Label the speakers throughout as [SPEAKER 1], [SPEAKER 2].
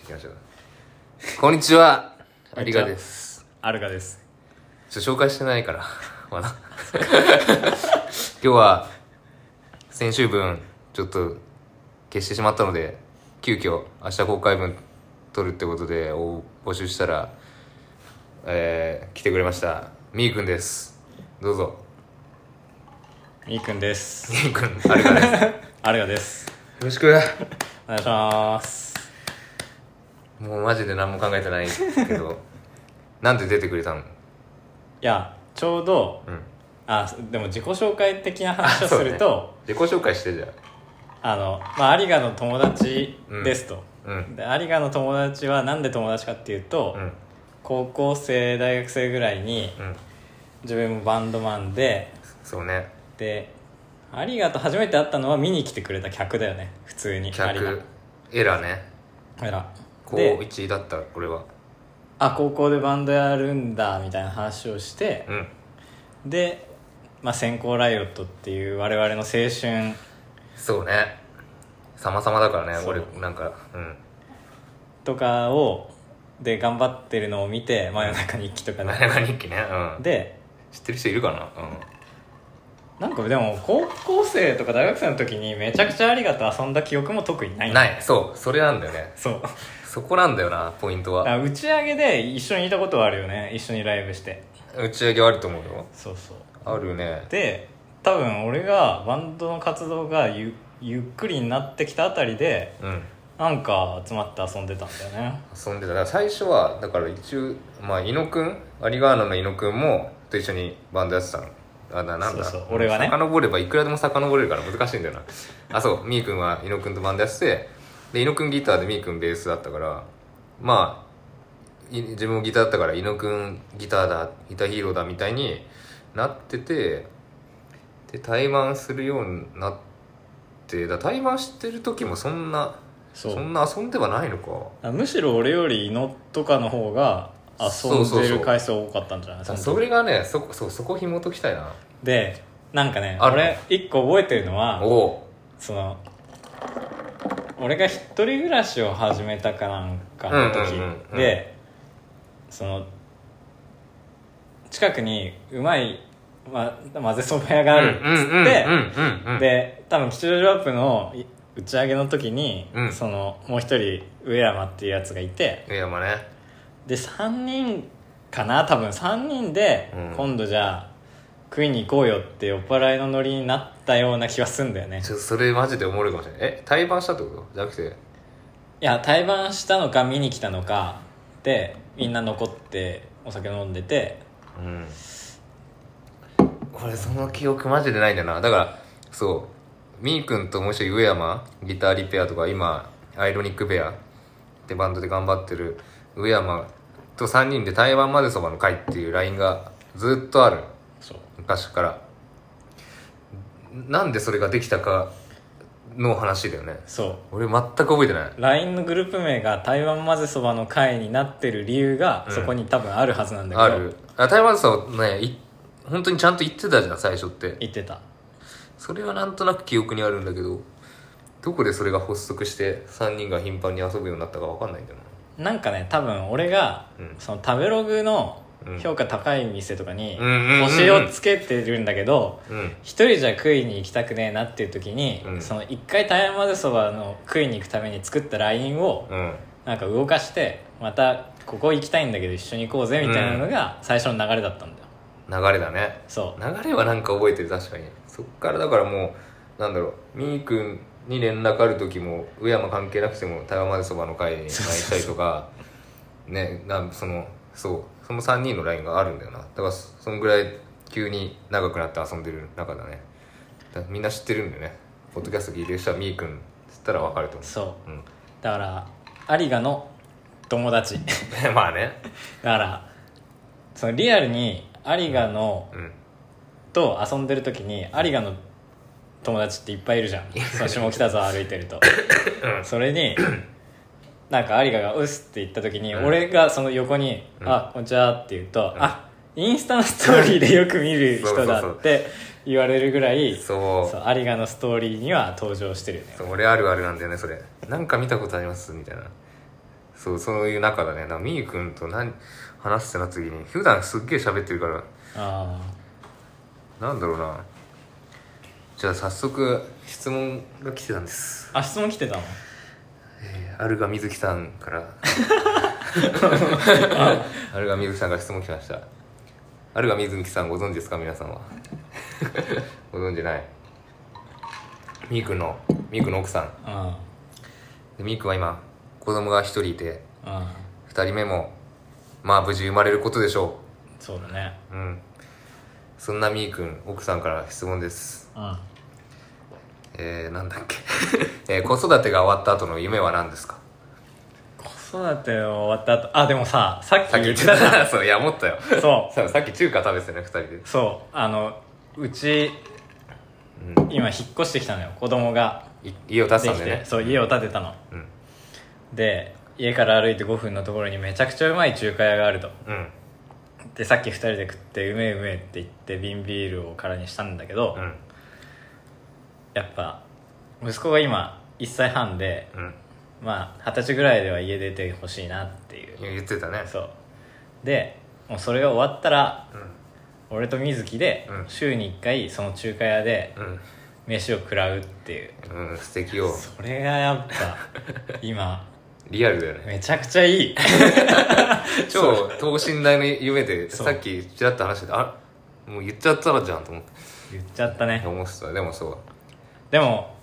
[SPEAKER 1] 行きましょうこんにちは有賀です
[SPEAKER 2] アルカです
[SPEAKER 1] ちょっと紹介してないから まだ今日は先週分ちょっと消してしまったので急遽明日公開分撮るってことで応募集したら、えー来てくれましたみーくんですどうぞ
[SPEAKER 2] みーくんです
[SPEAKER 1] みーくん有賀ですよ
[SPEAKER 2] アルカです
[SPEAKER 1] ろしく
[SPEAKER 2] お願いします
[SPEAKER 1] もうマジで何も考えてないけどなんで出てくれたの
[SPEAKER 2] いやちょうど
[SPEAKER 1] うん
[SPEAKER 2] あでも自己紹介的な話 を
[SPEAKER 1] そう
[SPEAKER 2] す
[SPEAKER 1] ね
[SPEAKER 2] ると
[SPEAKER 1] 自己紹介してじゃ
[SPEAKER 2] あ,、のまあ有賀の友達ですと、
[SPEAKER 1] あうん
[SPEAKER 2] で有賀の友達はなんで友達かっていうと、
[SPEAKER 1] うん
[SPEAKER 2] 高校生大学生ぐらいに
[SPEAKER 1] うん
[SPEAKER 2] 自分もバンドマンで
[SPEAKER 1] そうね
[SPEAKER 2] で有賀と初めて会ったのは見に来てくれた客だよね普通に有賀
[SPEAKER 1] 客エラーね
[SPEAKER 2] ほら
[SPEAKER 1] 高
[SPEAKER 2] で
[SPEAKER 1] 1だった俺は
[SPEAKER 2] あ高校でバンドやるんだみたいな話をして
[SPEAKER 1] う、ん
[SPEAKER 2] で、まあ、先行ライオットっていう我々の青春
[SPEAKER 1] そうね様々だからね
[SPEAKER 2] そう
[SPEAKER 1] 俺なんかうん
[SPEAKER 2] とかをで頑張ってるのを見て真夜中日記 とか
[SPEAKER 1] な
[SPEAKER 2] で
[SPEAKER 1] かなか日記ねうん
[SPEAKER 2] で
[SPEAKER 1] 知ってる人いるかなうん
[SPEAKER 2] なんかでも高校生とか大学生の時にめちゃくちゃありがとう遊んだ記憶も特にない
[SPEAKER 1] ないそうそれなんだよね
[SPEAKER 2] そう
[SPEAKER 1] そこなんだよなポイント
[SPEAKER 2] だか
[SPEAKER 1] は
[SPEAKER 2] ら打ち上げで一緒にいたことはあるよね一緒にライブして
[SPEAKER 1] 打ち上げはあると思うよ
[SPEAKER 2] そうそう
[SPEAKER 1] あるね
[SPEAKER 2] で多分俺がバンドの活動がゆゆっくりになってきたあたりで
[SPEAKER 1] うん
[SPEAKER 2] なんか集まって遊んでたんだよね
[SPEAKER 1] 遊んでただから最初はだから一応まあ猪野くんアリガーナの猪野くんもと一緒にバンドやってたのあななんだ
[SPEAKER 2] そうそう俺はね
[SPEAKER 1] 遡ればいくらでも遡れるから難しいんだよなあそうみーくんは猪野くんとバンドやっててで猪野くんギターでみーくんベースだったからまあい自分もギターだったから猪野くんギターだギターヒーローだみたいになっててで対マンするようになってだ対マンしてる時もそんなそ
[SPEAKER 2] そ
[SPEAKER 1] うそんな遊んではないのか
[SPEAKER 2] あむしろ俺より伊野とかの方が遊
[SPEAKER 1] そうそ
[SPEAKER 2] ん
[SPEAKER 1] う
[SPEAKER 2] で
[SPEAKER 1] そう
[SPEAKER 2] る回数多かったんじゃない
[SPEAKER 1] だから
[SPEAKER 2] そ
[SPEAKER 1] そ
[SPEAKER 2] の時
[SPEAKER 1] れがねそこそうそこ紐解きたいな
[SPEAKER 2] でなんかね
[SPEAKER 1] ある
[SPEAKER 2] 俺一個覚えてるのは
[SPEAKER 1] おお
[SPEAKER 2] その俺が一人暮らしを始めたかなんかの時、
[SPEAKER 1] うんうんうんうん
[SPEAKER 2] でその近くにうまい、ま、混ぜそば屋があるっつって、で多分吉祥寺ワープのい打ち上げの時に、
[SPEAKER 1] うん
[SPEAKER 2] そのもう一人上山っていうやつがいて
[SPEAKER 1] 上山ね
[SPEAKER 2] で3人かな多分3人で、
[SPEAKER 1] うん
[SPEAKER 2] 今度じゃあ食いに行こうよって酔っ払いのノリになったような気がすんだよね
[SPEAKER 1] ちょっとそれマジでおもろいかもしれないえ対バンしたってことじゃなくて
[SPEAKER 2] いや対バンしたのか見に来たのかでみんな残ってお酒飲んでて
[SPEAKER 1] うん俺その記憶マジでないんだよなだからそうみーくんともう一人上山ギターリペアとか今アイロニックペアってバンドで頑張ってる上山と3人で台湾までそばの会っていう LINE がずっとある
[SPEAKER 2] そう
[SPEAKER 1] 昔からなんでそれができたかの話だよね
[SPEAKER 2] そ
[SPEAKER 1] 俺全く覚えてないう
[SPEAKER 2] LINE のグループ名が台湾混ぜそばの会になってる理由が
[SPEAKER 1] うん
[SPEAKER 2] そこに多分あるはずなんだ
[SPEAKER 1] あ
[SPEAKER 2] けど、
[SPEAKER 1] るあ台湾さんはねい本当にちゃんと言ってたじゃん最初って
[SPEAKER 2] 言ってた
[SPEAKER 1] それはなんとなく記憶にあるんだけどどこでそれが発足して3人が頻繁に遊ぶようになったか分かんないんだよ
[SPEAKER 2] なんかね多分俺が、
[SPEAKER 1] うん
[SPEAKER 2] その食べログの
[SPEAKER 1] うん
[SPEAKER 2] 評価高い店とかに
[SPEAKER 1] うんうんうんうん
[SPEAKER 2] 星をつけてるんだけど
[SPEAKER 1] なうん
[SPEAKER 2] 一人じゃ食いに行きたくねえなっていう時に、
[SPEAKER 1] うん
[SPEAKER 2] その一回台湾混ぜそばの食いに行くために作った LINE を
[SPEAKER 1] うん
[SPEAKER 2] なんか動かしてまたここ行きたいんだけど一緒に行こうぜみたいなのが最初の流れだったんだよ、
[SPEAKER 1] 流れだね
[SPEAKER 2] そ
[SPEAKER 1] 流れはなんか覚えてる確かにそっからだからもうなんだろうみーくんに連絡ある時も上山関係なくても台湾までそばの会に参加したりとかねなんそのそうその3人のラインがあるんだよなだからそそのぐらい急に長くなって遊んでる中だねだからみんな知ってるんだよねポッドキャスト聞いてる人はみーくんっつったら分かると
[SPEAKER 2] う
[SPEAKER 1] 思、
[SPEAKER 2] そううだから有賀の友達 だ
[SPEAKER 1] うん、 まあね
[SPEAKER 2] からそのリアルに有賀の
[SPEAKER 1] うん
[SPEAKER 2] と遊んでる時に有賀の友達っていっぱいいるじゃんその下北沢歩いてるとそれになんか有賀が「うっす」って言った時に、
[SPEAKER 1] うん
[SPEAKER 2] 俺がその横に「
[SPEAKER 1] うん
[SPEAKER 2] あこんにちは」って言うと「
[SPEAKER 1] うん
[SPEAKER 2] あインスタのストーリーでよく見る人だ」って言われるぐらい
[SPEAKER 1] そう
[SPEAKER 2] そう有賀のストーリーには登場してるよね
[SPEAKER 1] そう俺あるあるなんだよねそれなんか見たことありますみたいなそうそういう中だねだからみーくんと何話してなった時に普段すっげえ喋ってるから
[SPEAKER 2] あ
[SPEAKER 1] なんだろうなじゃあ早速質問が来てたんです、
[SPEAKER 2] ああ質問来てたの
[SPEAKER 1] えー、アルガみずきさんからアルガみずきさんから質問来ましたアルガみずきさんご存知ですか皆さんは ご存知ないみーくんのみーくんの奥さん
[SPEAKER 2] あ
[SPEAKER 1] でみーくんは今子供が一人いて
[SPEAKER 2] あああ
[SPEAKER 1] 二人目もまあ無事生まれることでしょ
[SPEAKER 2] そうだね
[SPEAKER 1] ううんそんなみーくん奥さんから質問です
[SPEAKER 2] うん
[SPEAKER 1] えー、なんだっけ、 えー子育てが終わった後の夢は何ですか
[SPEAKER 2] 子育て終わった後あでもささっき
[SPEAKER 1] さっき言
[SPEAKER 2] 言っ
[SPEAKER 1] ってて
[SPEAKER 2] たじ
[SPEAKER 1] たそういや思ったよ
[SPEAKER 2] ゃんそう
[SPEAKER 1] ささっき中華食べてたね二人で
[SPEAKER 2] そうあのうち
[SPEAKER 1] うん
[SPEAKER 2] 今引っ越してきたのよ子供が
[SPEAKER 1] い家を建
[SPEAKER 2] で
[SPEAKER 1] てた
[SPEAKER 2] き
[SPEAKER 1] ん
[SPEAKER 2] て、
[SPEAKER 1] でね
[SPEAKER 2] そう家を建てたの
[SPEAKER 1] うん
[SPEAKER 2] で家から歩いて5分のところにめちゃくちゃうまい中華屋があると
[SPEAKER 1] うん
[SPEAKER 2] でさっき2人で食ってうめえうめえって言って瓶ビールを空にしたんだけど、
[SPEAKER 1] うん
[SPEAKER 2] やっぱ息子が今1歳半で
[SPEAKER 1] うん
[SPEAKER 2] まあ二十歳ぐらいでは家出てほしいなっていう
[SPEAKER 1] 言ってたね
[SPEAKER 2] そうでもうそれが終わったら
[SPEAKER 1] うん
[SPEAKER 2] 俺と水木で
[SPEAKER 1] うん
[SPEAKER 2] 週に1回その中華屋で飯を食らうっていう
[SPEAKER 1] うん、うん、素敵よ
[SPEAKER 2] それがやっぱ今
[SPEAKER 1] リアルだよね
[SPEAKER 2] めちゃくちゃいい
[SPEAKER 1] 超等身大の夢で
[SPEAKER 2] そう
[SPEAKER 1] さっきちらっと話しててあもう言っちゃったらじゃんと思って
[SPEAKER 2] 言っちゃったね
[SPEAKER 1] 思ってたでもそう
[SPEAKER 2] でも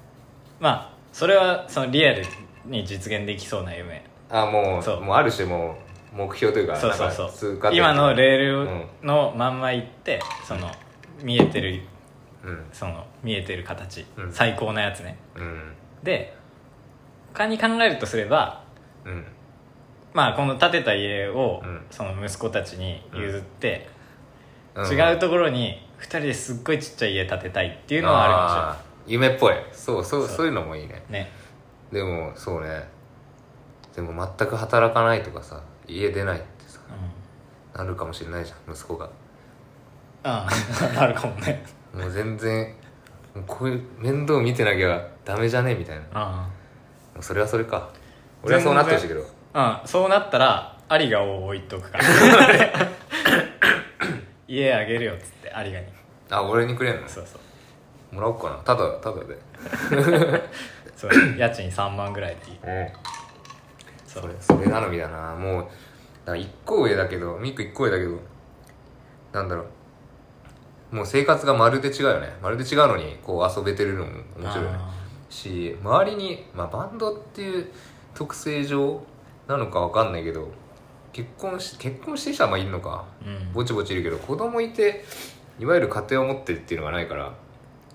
[SPEAKER 2] まあそれはそのリアルに実現できそうな夢
[SPEAKER 1] あもう
[SPEAKER 2] そう
[SPEAKER 1] もうある種もう目標というか
[SPEAKER 2] そうそう
[SPEAKER 1] なんか
[SPEAKER 2] そ
[SPEAKER 1] 通
[SPEAKER 2] う
[SPEAKER 1] 過点
[SPEAKER 2] 今のレールのまんま行ってその見えてる
[SPEAKER 1] うん
[SPEAKER 2] その見えてる形、
[SPEAKER 1] うん
[SPEAKER 2] 最高なやつね
[SPEAKER 1] うん
[SPEAKER 2] で他に考えるとすれば
[SPEAKER 1] うん
[SPEAKER 2] まあこの建てた家を
[SPEAKER 1] うん
[SPEAKER 2] その息子たちに譲って、
[SPEAKER 1] うん
[SPEAKER 2] 違うところに2人ですっごいちっちゃい家建てたいっていうのはあるかもしれな
[SPEAKER 1] あー
[SPEAKER 2] い
[SPEAKER 1] 夢っぽいそうそう
[SPEAKER 2] そ
[SPEAKER 1] そうういうのもいいね
[SPEAKER 2] ね
[SPEAKER 1] でもそうねでも全く働かないとかさ家出ないってさなるかもしれないじゃん息子が
[SPEAKER 2] うん、ある かもね
[SPEAKER 1] もう全然 もうこういう面倒見てなきゃダメじゃねみたいなも
[SPEAKER 2] う
[SPEAKER 1] うそれはそれか俺はそうなってほしいけど
[SPEAKER 2] ん、そうなったらアリガを置いとくから家あげるよっつってアリガに
[SPEAKER 1] あ俺にくれんの
[SPEAKER 2] そうそう
[SPEAKER 1] もらおうかなただただで
[SPEAKER 2] そう家賃3万ぐらいでい
[SPEAKER 1] う
[SPEAKER 2] い
[SPEAKER 1] ん
[SPEAKER 2] そ
[SPEAKER 1] そうれそれなのみだなもうだから一個上だけどミク一個上だけどなんだろうもう生活がまるで違うよねまるで違うのにこう遊べてるのも面白いよね
[SPEAKER 2] あ
[SPEAKER 1] し周りに、まあ、バンドっていう特性上なのかわかんないけど結婚し結婚してきたまあいるのか
[SPEAKER 2] ーうん
[SPEAKER 1] ぼちぼちいるけど子供いていわゆる家庭を持ってるっていうのがないからだか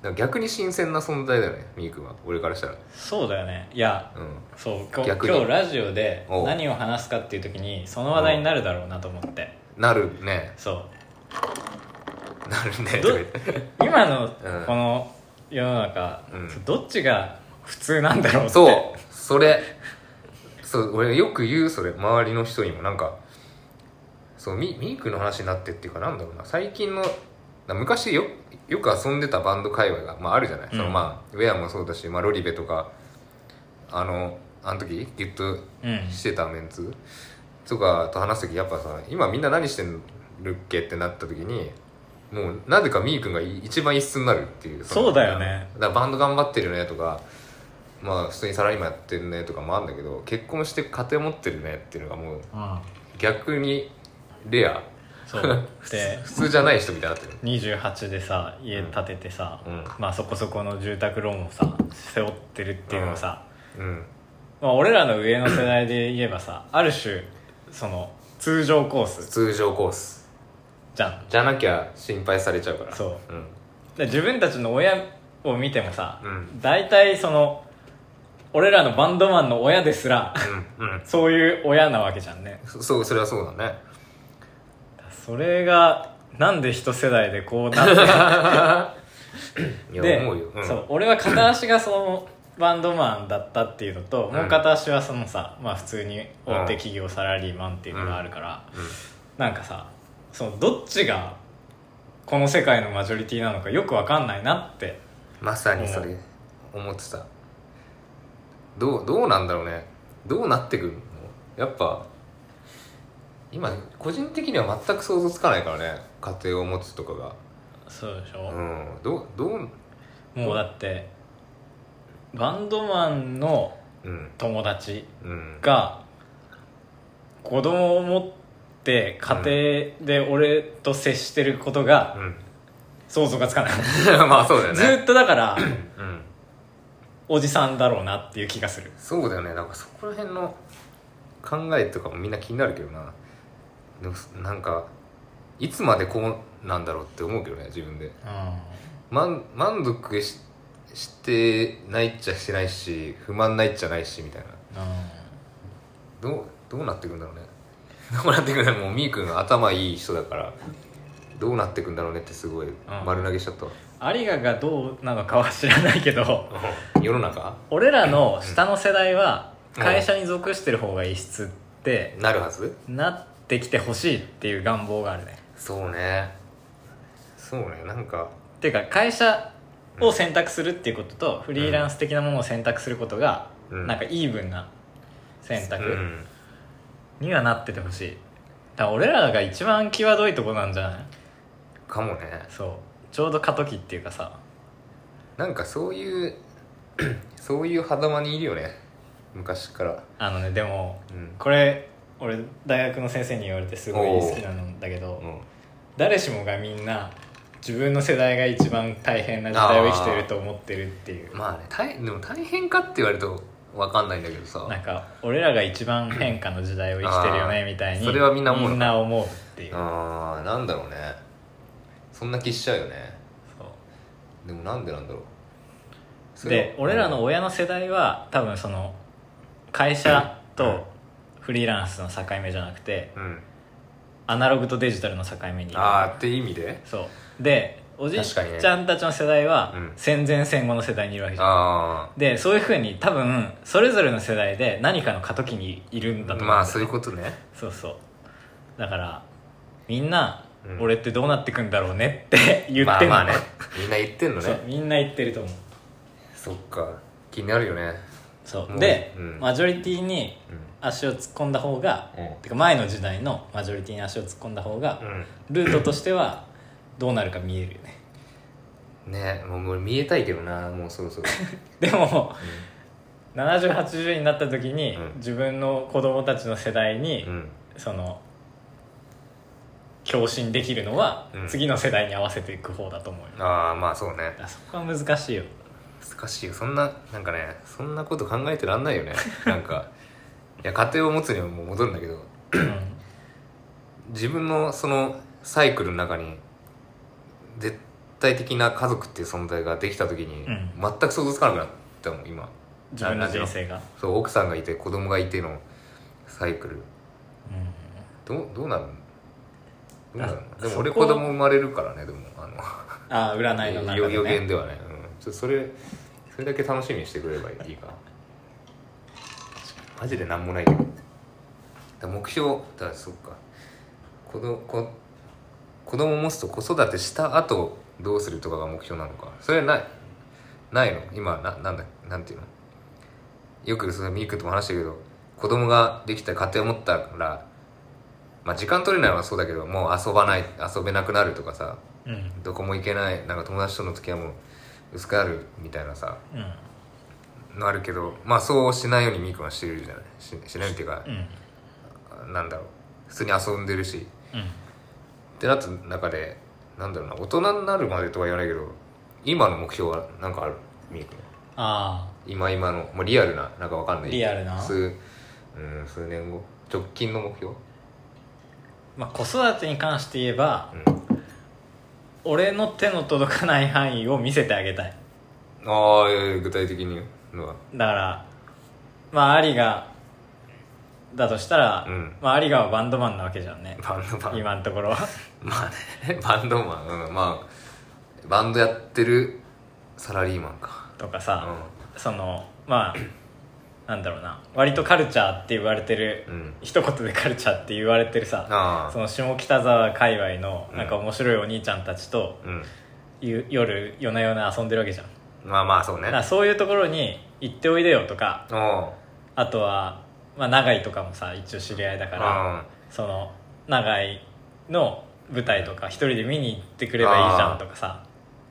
[SPEAKER 1] ら逆に新鮮な存在だよねミクは俺からしたら
[SPEAKER 2] そうだよねいや
[SPEAKER 1] うん
[SPEAKER 2] そうこ今
[SPEAKER 1] 逆に
[SPEAKER 2] 日ラジオで
[SPEAKER 1] おう
[SPEAKER 2] 何を話すかっていう時にその話題になるだろうなと思って
[SPEAKER 1] なるね
[SPEAKER 2] そ
[SPEAKER 1] なるね
[SPEAKER 2] う
[SPEAKER 1] と
[SPEAKER 2] ど
[SPEAKER 1] か言って
[SPEAKER 2] 今
[SPEAKER 1] う
[SPEAKER 2] の
[SPEAKER 1] ん
[SPEAKER 2] この世の中、
[SPEAKER 1] うん
[SPEAKER 2] どっちが普通なんだろうって
[SPEAKER 1] そうそれそう俺よく言うそれ周りの人にもなんかそうミミークの話になってっていうかなんだろうな最近のな昔よよく遊んでたバンド界隈が、まあ、あるじゃない、
[SPEAKER 2] う
[SPEAKER 1] そ
[SPEAKER 2] ん
[SPEAKER 1] のまあウェアもそうだし、まあ、ロリベとかあのあの時ギュッと
[SPEAKER 2] うん
[SPEAKER 1] してたメンツとかと話す時やっぱさ今みんな何してるっけってなった時にもうなぜかみーくんがい一番異質になるっていうの
[SPEAKER 2] そうだよね
[SPEAKER 1] だからバンド頑張ってるねとかまあ普通にサラリーマンやってるねとかもあるんだけど結婚して家庭持ってるねっていうのがもう
[SPEAKER 2] うん
[SPEAKER 1] 逆にレア
[SPEAKER 2] そうで
[SPEAKER 1] 普通じゃない人みたいになってる
[SPEAKER 2] 28でさ家建ててさ、
[SPEAKER 1] うん
[SPEAKER 2] まあそこそこの住宅ローンをさ背負ってるっていうのをさ、
[SPEAKER 1] うん
[SPEAKER 2] まあ、俺らの上の世代で言えばさある種その通常コース
[SPEAKER 1] 通常コース
[SPEAKER 2] じゃん
[SPEAKER 1] じゃなきゃ心配されちゃうから、
[SPEAKER 2] そう
[SPEAKER 1] ん、
[SPEAKER 2] で自分たちの親を見てもさ、
[SPEAKER 1] うん
[SPEAKER 2] 大体その俺らのバンドマンの親ですら
[SPEAKER 1] うんうん
[SPEAKER 2] そういう親なわけじゃんね
[SPEAKER 1] そそうそれはそうだ ね
[SPEAKER 2] それがなんで一世代でこうなって
[SPEAKER 1] いや
[SPEAKER 2] で
[SPEAKER 1] 思うよ、うん、
[SPEAKER 2] そう俺は片足がそのバンドマンだったっていうのと、
[SPEAKER 1] うん
[SPEAKER 2] もう片足はそのさ、まあ、普通に大手企業サラリーマンっていうのがあるから、
[SPEAKER 1] うん
[SPEAKER 2] なんかさそのどっちがこの世界のマジョリティなのかよくわかんないなって
[SPEAKER 1] まさにそれ思ってたどうどうなんだろうねどうなってくんのやっぱ今個人的には全く想像つかないからね家庭を持つとかが
[SPEAKER 2] そうでし
[SPEAKER 1] う
[SPEAKER 2] ょ、
[SPEAKER 1] んどうどう
[SPEAKER 2] もうだってバンドマンの
[SPEAKER 1] うん
[SPEAKER 2] 友達
[SPEAKER 1] うん
[SPEAKER 2] が子供を持って家庭で俺と接してることが
[SPEAKER 1] うん
[SPEAKER 2] 想像がつかない、
[SPEAKER 1] まあそうだよ
[SPEAKER 2] ず
[SPEAKER 1] ね
[SPEAKER 2] ーっとだから
[SPEAKER 1] うん
[SPEAKER 2] おじさんだろうなっていう気がする
[SPEAKER 1] そうだよねなんかそこら辺の考えとかもみんな気になるけどなでもなんかいつまでこうなんだろうって思うけどね自分で満満足ししてないっちゃしてないし不満ないっちゃないしみたいなどうどうなってくんだろうねどうなってくんだろうもうみーくん頭いい人だからどうなってくんだろうねってすごい丸投げしちゃったわ、
[SPEAKER 2] 有賀がどうなのかは知らないけど
[SPEAKER 1] 世の中
[SPEAKER 2] 俺らの下の世代は
[SPEAKER 1] うん
[SPEAKER 2] 会社に属してる方が異質って
[SPEAKER 1] なるはず
[SPEAKER 2] なってきてほしいっていう願望があるね
[SPEAKER 1] そうねそうねなんか
[SPEAKER 2] っていうか会社を選択するっていうこととフリーランス的なものを選択することが
[SPEAKER 1] うん
[SPEAKER 2] なんかイーブンな選
[SPEAKER 1] う
[SPEAKER 2] 択
[SPEAKER 1] ん
[SPEAKER 2] にはなっててほしいだから俺らが一番際どいとこなんじゃない
[SPEAKER 1] かもね
[SPEAKER 2] そうちょうど過渡期っていうかさ
[SPEAKER 1] なんかそういう そういう狭間にいるよね昔から
[SPEAKER 2] あのねでも
[SPEAKER 1] うん
[SPEAKER 2] これ俺大学の先生に言われてすごい好きなんだけど
[SPEAKER 1] うん
[SPEAKER 2] 誰しもがみんな自分の世代が一番大変な時代を生きてると思ってるっていう
[SPEAKER 1] まあね大でも大変かって言われると分かんないんだけどさ
[SPEAKER 2] なんか俺らが一番変化の時代を生きてるよ
[SPEAKER 1] あ
[SPEAKER 2] ね
[SPEAKER 1] ー
[SPEAKER 2] みたいに
[SPEAKER 1] それはみんな思うのか
[SPEAKER 2] 思うっていう
[SPEAKER 1] あーなんだろうねそんな気しちゃうよね
[SPEAKER 2] そう
[SPEAKER 1] でもなんでなんだろうそれは
[SPEAKER 2] で俺らの親の世代は多分その会社とフリーランスの境目じゃなくて
[SPEAKER 1] うん
[SPEAKER 2] アナログとデジタルの境目にいる
[SPEAKER 1] ああって意味で
[SPEAKER 2] そうでおじい
[SPEAKER 1] 確かにね
[SPEAKER 2] ちゃんたちの世代は
[SPEAKER 1] うん
[SPEAKER 2] 戦前戦後の世代にいるわけじゃん
[SPEAKER 1] あ
[SPEAKER 2] でそういうふうに多分それぞれの世代で何かの過渡期にいるんだと思うんだ
[SPEAKER 1] あ
[SPEAKER 2] よね
[SPEAKER 1] まあそういうことね
[SPEAKER 2] そうそうだからみんな、
[SPEAKER 1] うん
[SPEAKER 2] 俺ってどうなってくんだろうねって言ってんの、
[SPEAKER 1] まあまあねみんな言ってんの
[SPEAKER 2] そう
[SPEAKER 1] ね
[SPEAKER 2] みんな言ってると思う
[SPEAKER 1] そっか気になるよね
[SPEAKER 2] そう、
[SPEAKER 1] もう
[SPEAKER 2] で、
[SPEAKER 1] うん
[SPEAKER 2] マジョリティに
[SPEAKER 1] うん
[SPEAKER 2] 足を突っ込んだ方が、
[SPEAKER 1] うん
[SPEAKER 2] てか前の時代のマジョリティに足を突っ込んだ方が、
[SPEAKER 1] うん
[SPEAKER 2] ルートとしてはどうなるか見えるよね
[SPEAKER 1] ねもうもう見えたいけどなもうそろ そろ
[SPEAKER 2] でも、7080になった時に、
[SPEAKER 1] うん
[SPEAKER 2] 自分の子供たちの世代に、
[SPEAKER 1] うん
[SPEAKER 2] その共振できるのは、
[SPEAKER 1] うん
[SPEAKER 2] 次の世代に合わせていく方だと思うよだか
[SPEAKER 1] ああまあそうね
[SPEAKER 2] らそこは難しいよ
[SPEAKER 1] 難しいよそんななんかねそんなこと考えてらんないよねなんかいや家庭を持つにはもう戻るんだけど
[SPEAKER 2] うん
[SPEAKER 1] 自分のそのサイクルの中に絶対的な家族っていう存在ができた時に、
[SPEAKER 2] うん
[SPEAKER 1] 全く想像つかなくなったもん今
[SPEAKER 2] 自分の人生が、
[SPEAKER 1] そう奥さんがいて子供がいてのサイクルどうどうなるのどうなる
[SPEAKER 2] あ
[SPEAKER 1] ので
[SPEAKER 2] そ
[SPEAKER 1] も
[SPEAKER 2] こ
[SPEAKER 1] 俺子供生まれるからねでもあの
[SPEAKER 2] ああ占いの中
[SPEAKER 1] 予予
[SPEAKER 2] で、
[SPEAKER 1] 言
[SPEAKER 2] ね、
[SPEAKER 1] ではね、うん、ちょっとそれそれだけ楽しみにしてくれればいいかなマジで何もないけどだから目標だからそっか子ど子子供持つと子育てした後どうするとかが目標なのかそれはないないの今ななんだなんていうのよくそれミークとも話したけど子供ができた家庭を持ったらまあ時間取れないのはそうだけどもう遊ばない遊べなくなるとかさ
[SPEAKER 2] うん
[SPEAKER 1] どこも行けないなんか友達との付き合いも薄くなるみたいなさ
[SPEAKER 2] うん
[SPEAKER 1] のあるけどまあそうしないようにみーくんはしてるじゃないししないっていうか
[SPEAKER 2] う、ん
[SPEAKER 1] なんだろう普通に遊んでるしっ
[SPEAKER 2] うん
[SPEAKER 1] てなった中でなんだろうな大人になるまでとは言わないけど今の目標はなんかあるみーくんは
[SPEAKER 2] あ
[SPEAKER 1] 今今の、まあ、リアルななんかわかんない
[SPEAKER 2] リアルな
[SPEAKER 1] 数うん数年後直近の目標
[SPEAKER 2] あまあ子育てに関して言えば
[SPEAKER 1] うん
[SPEAKER 2] 俺の手の届かない範囲を見せてあげたい
[SPEAKER 1] ああいやいや具体的にの は
[SPEAKER 2] だからまあアリがだとしたら、
[SPEAKER 1] うん
[SPEAKER 2] まあアリがはバンドマンなわけじゃんね
[SPEAKER 1] バンドマン
[SPEAKER 2] 今のところは
[SPEAKER 1] まあね バンドマン、うん、まあバンドやってるサラリーマンか
[SPEAKER 2] とかさ、そのまあなんだろうな割とカルチャーって言われてる、
[SPEAKER 1] うん、うん、
[SPEAKER 2] 一言でカルチャーって言われてるさ
[SPEAKER 1] あ
[SPEAKER 2] そ
[SPEAKER 1] あ
[SPEAKER 2] の下北沢界隈の
[SPEAKER 1] うん
[SPEAKER 2] なんか面白いお兄ちゃんたちと
[SPEAKER 1] うん
[SPEAKER 2] ゆ夜夜な夜な遊んでるわけじゃん
[SPEAKER 1] まあまあそう
[SPEAKER 2] だ
[SPEAKER 1] ね
[SPEAKER 2] からそういうところに行っておいでよとか
[SPEAKER 1] おう
[SPEAKER 2] あとはまあ、長井とかもさ一応知り合いだから
[SPEAKER 1] うん
[SPEAKER 2] その長井の舞台とか一人で見に行ってくればいいじゃんとかさ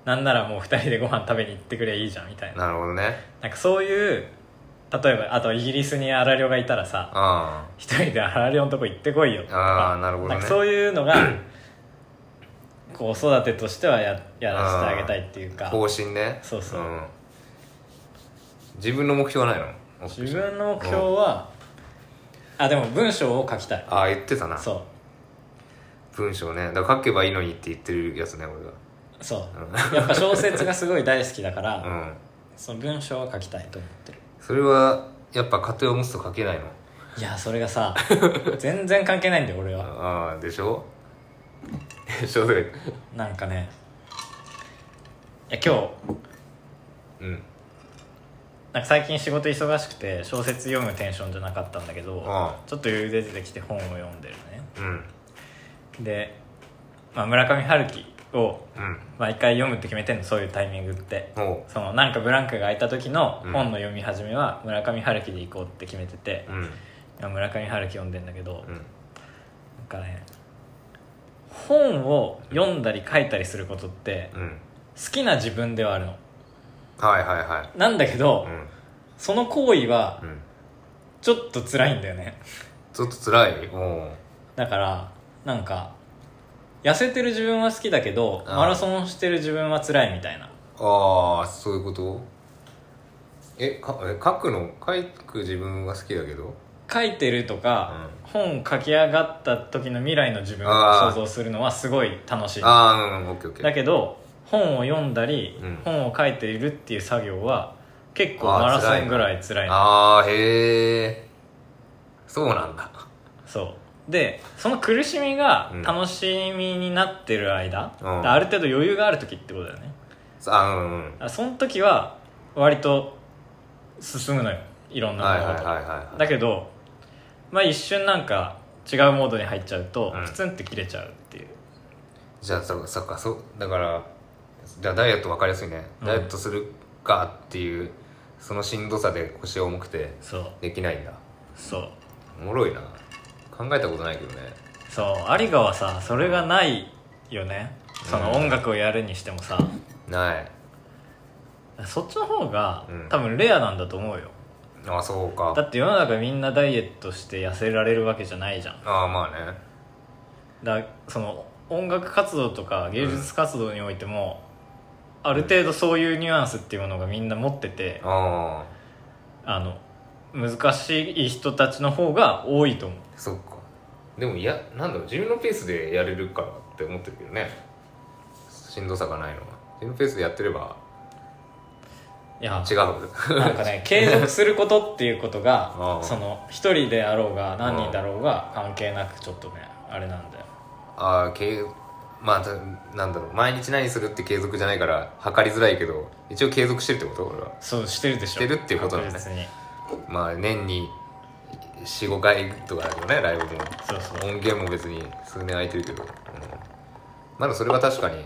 [SPEAKER 2] なんならもう二人でご飯食べに行ってくればいいじゃんみたいな
[SPEAKER 1] なるほどね
[SPEAKER 2] なんかそういう例えばあとイギリスにアラリョがいたらさ
[SPEAKER 1] あ
[SPEAKER 2] 一人でアラリョのとこ行ってこいよと
[SPEAKER 1] あ
[SPEAKER 2] か
[SPEAKER 1] ーなるほどね
[SPEAKER 2] んかそういうのがこう子育てとしてはややらせてあげたいっていう
[SPEAKER 1] あ
[SPEAKER 2] か
[SPEAKER 1] 方針ね、
[SPEAKER 2] そうそうん
[SPEAKER 1] 自分の目標はないの
[SPEAKER 2] 自分の目標は、あでも文章を書きたい
[SPEAKER 1] ああ言ってたな
[SPEAKER 2] そ
[SPEAKER 1] 文章ねだから書けばいいのにって言ってるやつね俺が
[SPEAKER 2] うそう
[SPEAKER 1] う
[SPEAKER 2] やっぱ小説がすごい大好きだから、
[SPEAKER 1] ん、うん、
[SPEAKER 2] その文章を書きたいと思ってる
[SPEAKER 1] それはやっぱ家庭を持つと書けないの
[SPEAKER 2] いやそれ がさ全然関係ないんだよ俺は
[SPEAKER 1] ああでしょ でしょとか言って
[SPEAKER 2] なんかねいや今日
[SPEAKER 1] うん
[SPEAKER 2] なんか最近仕事忙しくて小説読むテンションじゃなかったんだけど
[SPEAKER 1] あ
[SPEAKER 2] ちょっと余裕出てきて本を読んでるね
[SPEAKER 1] うん
[SPEAKER 2] で、まあ、村上春樹を
[SPEAKER 1] うん
[SPEAKER 2] 毎回読むって決めてんのそういうタイミングって
[SPEAKER 1] おう
[SPEAKER 2] そのなんかブランクが空いた時の
[SPEAKER 1] うん
[SPEAKER 2] 本の読み始めは村上春樹で行こうって決めてて
[SPEAKER 1] う、ん
[SPEAKER 2] 今村上春樹読んでんだけど、
[SPEAKER 1] うん
[SPEAKER 2] なんかね本を読んだり書いたりすることって
[SPEAKER 1] うん
[SPEAKER 2] 好きな自分ではあるの
[SPEAKER 1] はいはいはい
[SPEAKER 2] なんだけど、
[SPEAKER 1] うん
[SPEAKER 2] その行為は
[SPEAKER 1] うん
[SPEAKER 2] ちょっと辛いんだよね
[SPEAKER 1] ちょっと辛いおう
[SPEAKER 2] だからなんか痩せてる自分は好きだけど
[SPEAKER 1] あー
[SPEAKER 2] マラソンしてる自分は辛いみたいな
[SPEAKER 1] ああそういうことえかえ書くの書く自分は好きだけど
[SPEAKER 2] 書いてるとか、本書き上がった時の未来の自分を
[SPEAKER 1] あー
[SPEAKER 2] 想像するのはすごい楽しい
[SPEAKER 1] ああうんオッケーオッケー
[SPEAKER 2] だけど本を読んだり、
[SPEAKER 1] うん
[SPEAKER 2] 本を書いているっていう作業は結構
[SPEAKER 1] あー
[SPEAKER 2] マラソンぐらい辛いの
[SPEAKER 1] ああへえそうなんだ
[SPEAKER 2] そうでその苦しみが楽しみになってる間、
[SPEAKER 1] うん
[SPEAKER 2] ある程度余裕がある時ってことだよね
[SPEAKER 1] さあうんうん
[SPEAKER 2] だからその時は割と進むのよいろんな
[SPEAKER 1] はい
[SPEAKER 2] も
[SPEAKER 1] はい
[SPEAKER 2] の
[SPEAKER 1] は
[SPEAKER 2] が
[SPEAKER 1] いはい
[SPEAKER 2] だけど、まあ、一瞬なんか違うモードに入っちゃうと、
[SPEAKER 1] うん
[SPEAKER 2] プツンって切れちゃうっていう
[SPEAKER 1] じゃあそそっかそうだからじゃあダイエット分かりやすいね、
[SPEAKER 2] うん
[SPEAKER 1] ダイエットするかっていうそのしんどさで腰が重くて
[SPEAKER 2] そう
[SPEAKER 1] できないんだ
[SPEAKER 2] そう
[SPEAKER 1] おもろいな考えたことないけどね
[SPEAKER 2] そう有賀はさそれがないよねその
[SPEAKER 1] うん
[SPEAKER 2] 音楽をやるにしてもさ、
[SPEAKER 1] ない
[SPEAKER 2] そっちの方が、
[SPEAKER 1] うん
[SPEAKER 2] 多分レアなんだと思うよ
[SPEAKER 1] あそう
[SPEAKER 2] だ
[SPEAKER 1] か
[SPEAKER 2] って世の中みんなダイエットして痩せられるわけじゃないじゃん
[SPEAKER 1] ああまあね
[SPEAKER 2] だその音楽活動とか芸術活動においても、ある程度そういうニュアンスっていうものがみんな持ってて、
[SPEAKER 1] ああ
[SPEAKER 2] あの難しい人たちの方が多いと思う
[SPEAKER 1] そっかでもいやなんだろう自分のペースでやれるからって思ってるけどねしんどさがないのは自分のペースでやってれば
[SPEAKER 2] いや
[SPEAKER 1] 違う
[SPEAKER 2] なんかね継続することっていうこと
[SPEAKER 1] あ
[SPEAKER 2] が
[SPEAKER 1] あ
[SPEAKER 2] その一人であろうが何人だろうが関係なくちょっとねあれなんだよ
[SPEAKER 1] ああけまあたなんだろう毎日何するって継続じゃないから測りづらいけど一応継続してるってこと俺は
[SPEAKER 2] そうしてるでしょ
[SPEAKER 1] してるっていうことだね
[SPEAKER 2] 確実に
[SPEAKER 1] まあ年に45回とかだけどねライブも
[SPEAKER 2] そうそう
[SPEAKER 1] 音源も別に数年空いてるけど、うん、まだそれは確かに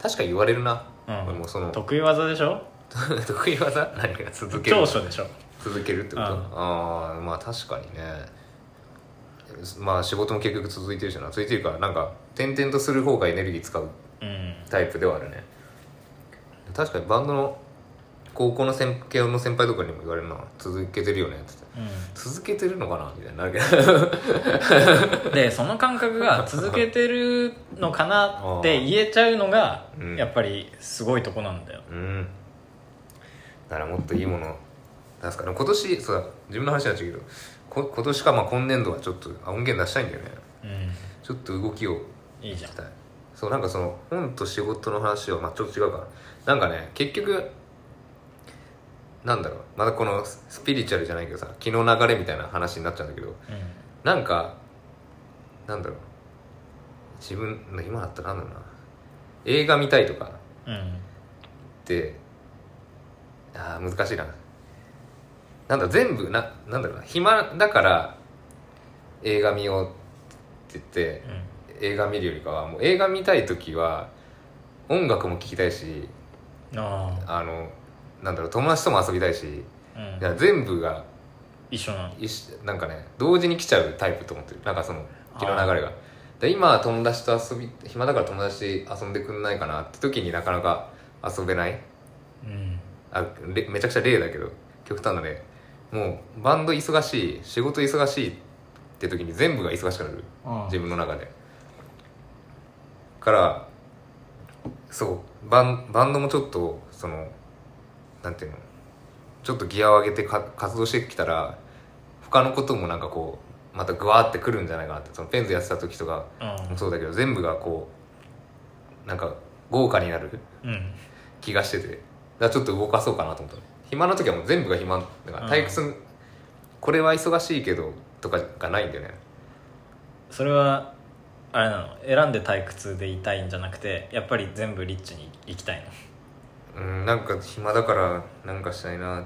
[SPEAKER 1] 確かに言われるな、
[SPEAKER 2] うん
[SPEAKER 1] 俺もその
[SPEAKER 2] 得意技でしょ
[SPEAKER 1] 得意技何が続ける
[SPEAKER 2] 長所でしょ
[SPEAKER 1] 続けるってこと、
[SPEAKER 2] うん
[SPEAKER 1] ああまあ確かにねまあ仕事も結局続いてるしな続いてるからなんか転々とする方がエネルギー使う
[SPEAKER 2] うん
[SPEAKER 1] タイプではあるね確かにバンドの高校の先慶応の先輩とかにも言われるな続けてるよねって言って続けてるのかなみたいになるけど
[SPEAKER 2] うん、でその感覚が続けてるのかなって言えちゃうのが
[SPEAKER 1] うん
[SPEAKER 2] やっぱりすごいとこなんだよ
[SPEAKER 1] うんならもっといいもの出すから今年そうだ自分の話になっちゃうけどこ今年かまあ今年度はちょっとあ音源出したいんだよね
[SPEAKER 2] うん
[SPEAKER 1] ちょっと動きを
[SPEAKER 2] いいじゃん
[SPEAKER 1] したいそうなんかその本と仕事の話はまあちょっと違うかななんかね結局なんだろうまたこのススピリチュアルじゃないけどさ気の流れみたいな話になっちゃうんだけど
[SPEAKER 2] う
[SPEAKER 1] なんかなんだろう自分の今だったらなんだろうな映画見たいとか
[SPEAKER 2] んうん
[SPEAKER 1] ってあー難しいななんだ全部ななんだろうな暇だから映画見ようって言って
[SPEAKER 2] うん
[SPEAKER 1] 映画見るよりかはもう映画見たい時は音楽も聴きたいし
[SPEAKER 2] あ
[SPEAKER 1] あのなんだろう友達とも遊びたいし
[SPEAKER 2] あうん
[SPEAKER 1] だから全部が
[SPEAKER 2] 一緒なの
[SPEAKER 1] いしなんかね同時に来ちゃうタイプと思ってるなんかその気の流れがで今友達と遊び暇だから友達遊んでくんないかなって時になかなか遊べない
[SPEAKER 2] うん
[SPEAKER 1] あれめちゃくちゃ例だけど極端な例もうバンド忙しい仕事忙しいって時に全部が忙しくなる
[SPEAKER 2] うん
[SPEAKER 1] 自分の中でからそうバンバンドもちょっとそのなんていうのちょっとギアを上げてか活動してきたら他のこともなんかこうまたグワーってくるんじゃないかなってそのペンズやってた時とかもそうだけど全部がこうなんか豪華になる
[SPEAKER 2] うんうん
[SPEAKER 1] 気がしててだからちょっと動かそうかなと思った暇な時はもう全部が暇だから退屈、これは忙しいけどとかがないんだよね
[SPEAKER 2] それはあれなの選んで退屈でいたいんじゃなくてやっぱり全部リッチに行きたいの
[SPEAKER 1] うんなんか暇だからなんかしたいなっ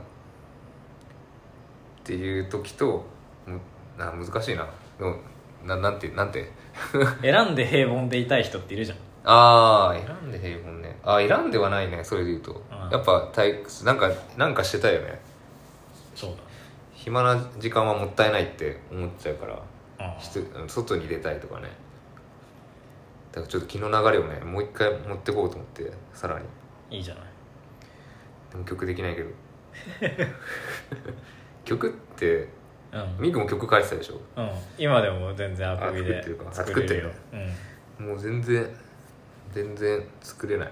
[SPEAKER 1] ていう時とむな難しいなでもななんてなんて
[SPEAKER 2] 選んで平凡でいたい人っているじゃん
[SPEAKER 1] ああ選んで平凡ねあー選んではないねそれで言うと、
[SPEAKER 2] うん
[SPEAKER 1] やっぱ退屈なんかなんかしてたいよね
[SPEAKER 2] そう
[SPEAKER 1] 暇な時間はもったいないって思っちゃうから
[SPEAKER 2] だ、うん
[SPEAKER 1] ひつうん外に出たいとかねだからちょっと気の流れをねもう一回持ってこうと思ってさらに
[SPEAKER 2] いいじゃない
[SPEAKER 1] でも曲できないけど 曲って
[SPEAKER 2] うん、
[SPEAKER 1] ミクも曲書いてたでしょ
[SPEAKER 2] うん、今でも全然アコギ
[SPEAKER 1] あ作っ
[SPEAKER 2] で
[SPEAKER 1] てるか
[SPEAKER 2] 作れるよ
[SPEAKER 1] あ作、もう全然全然作れない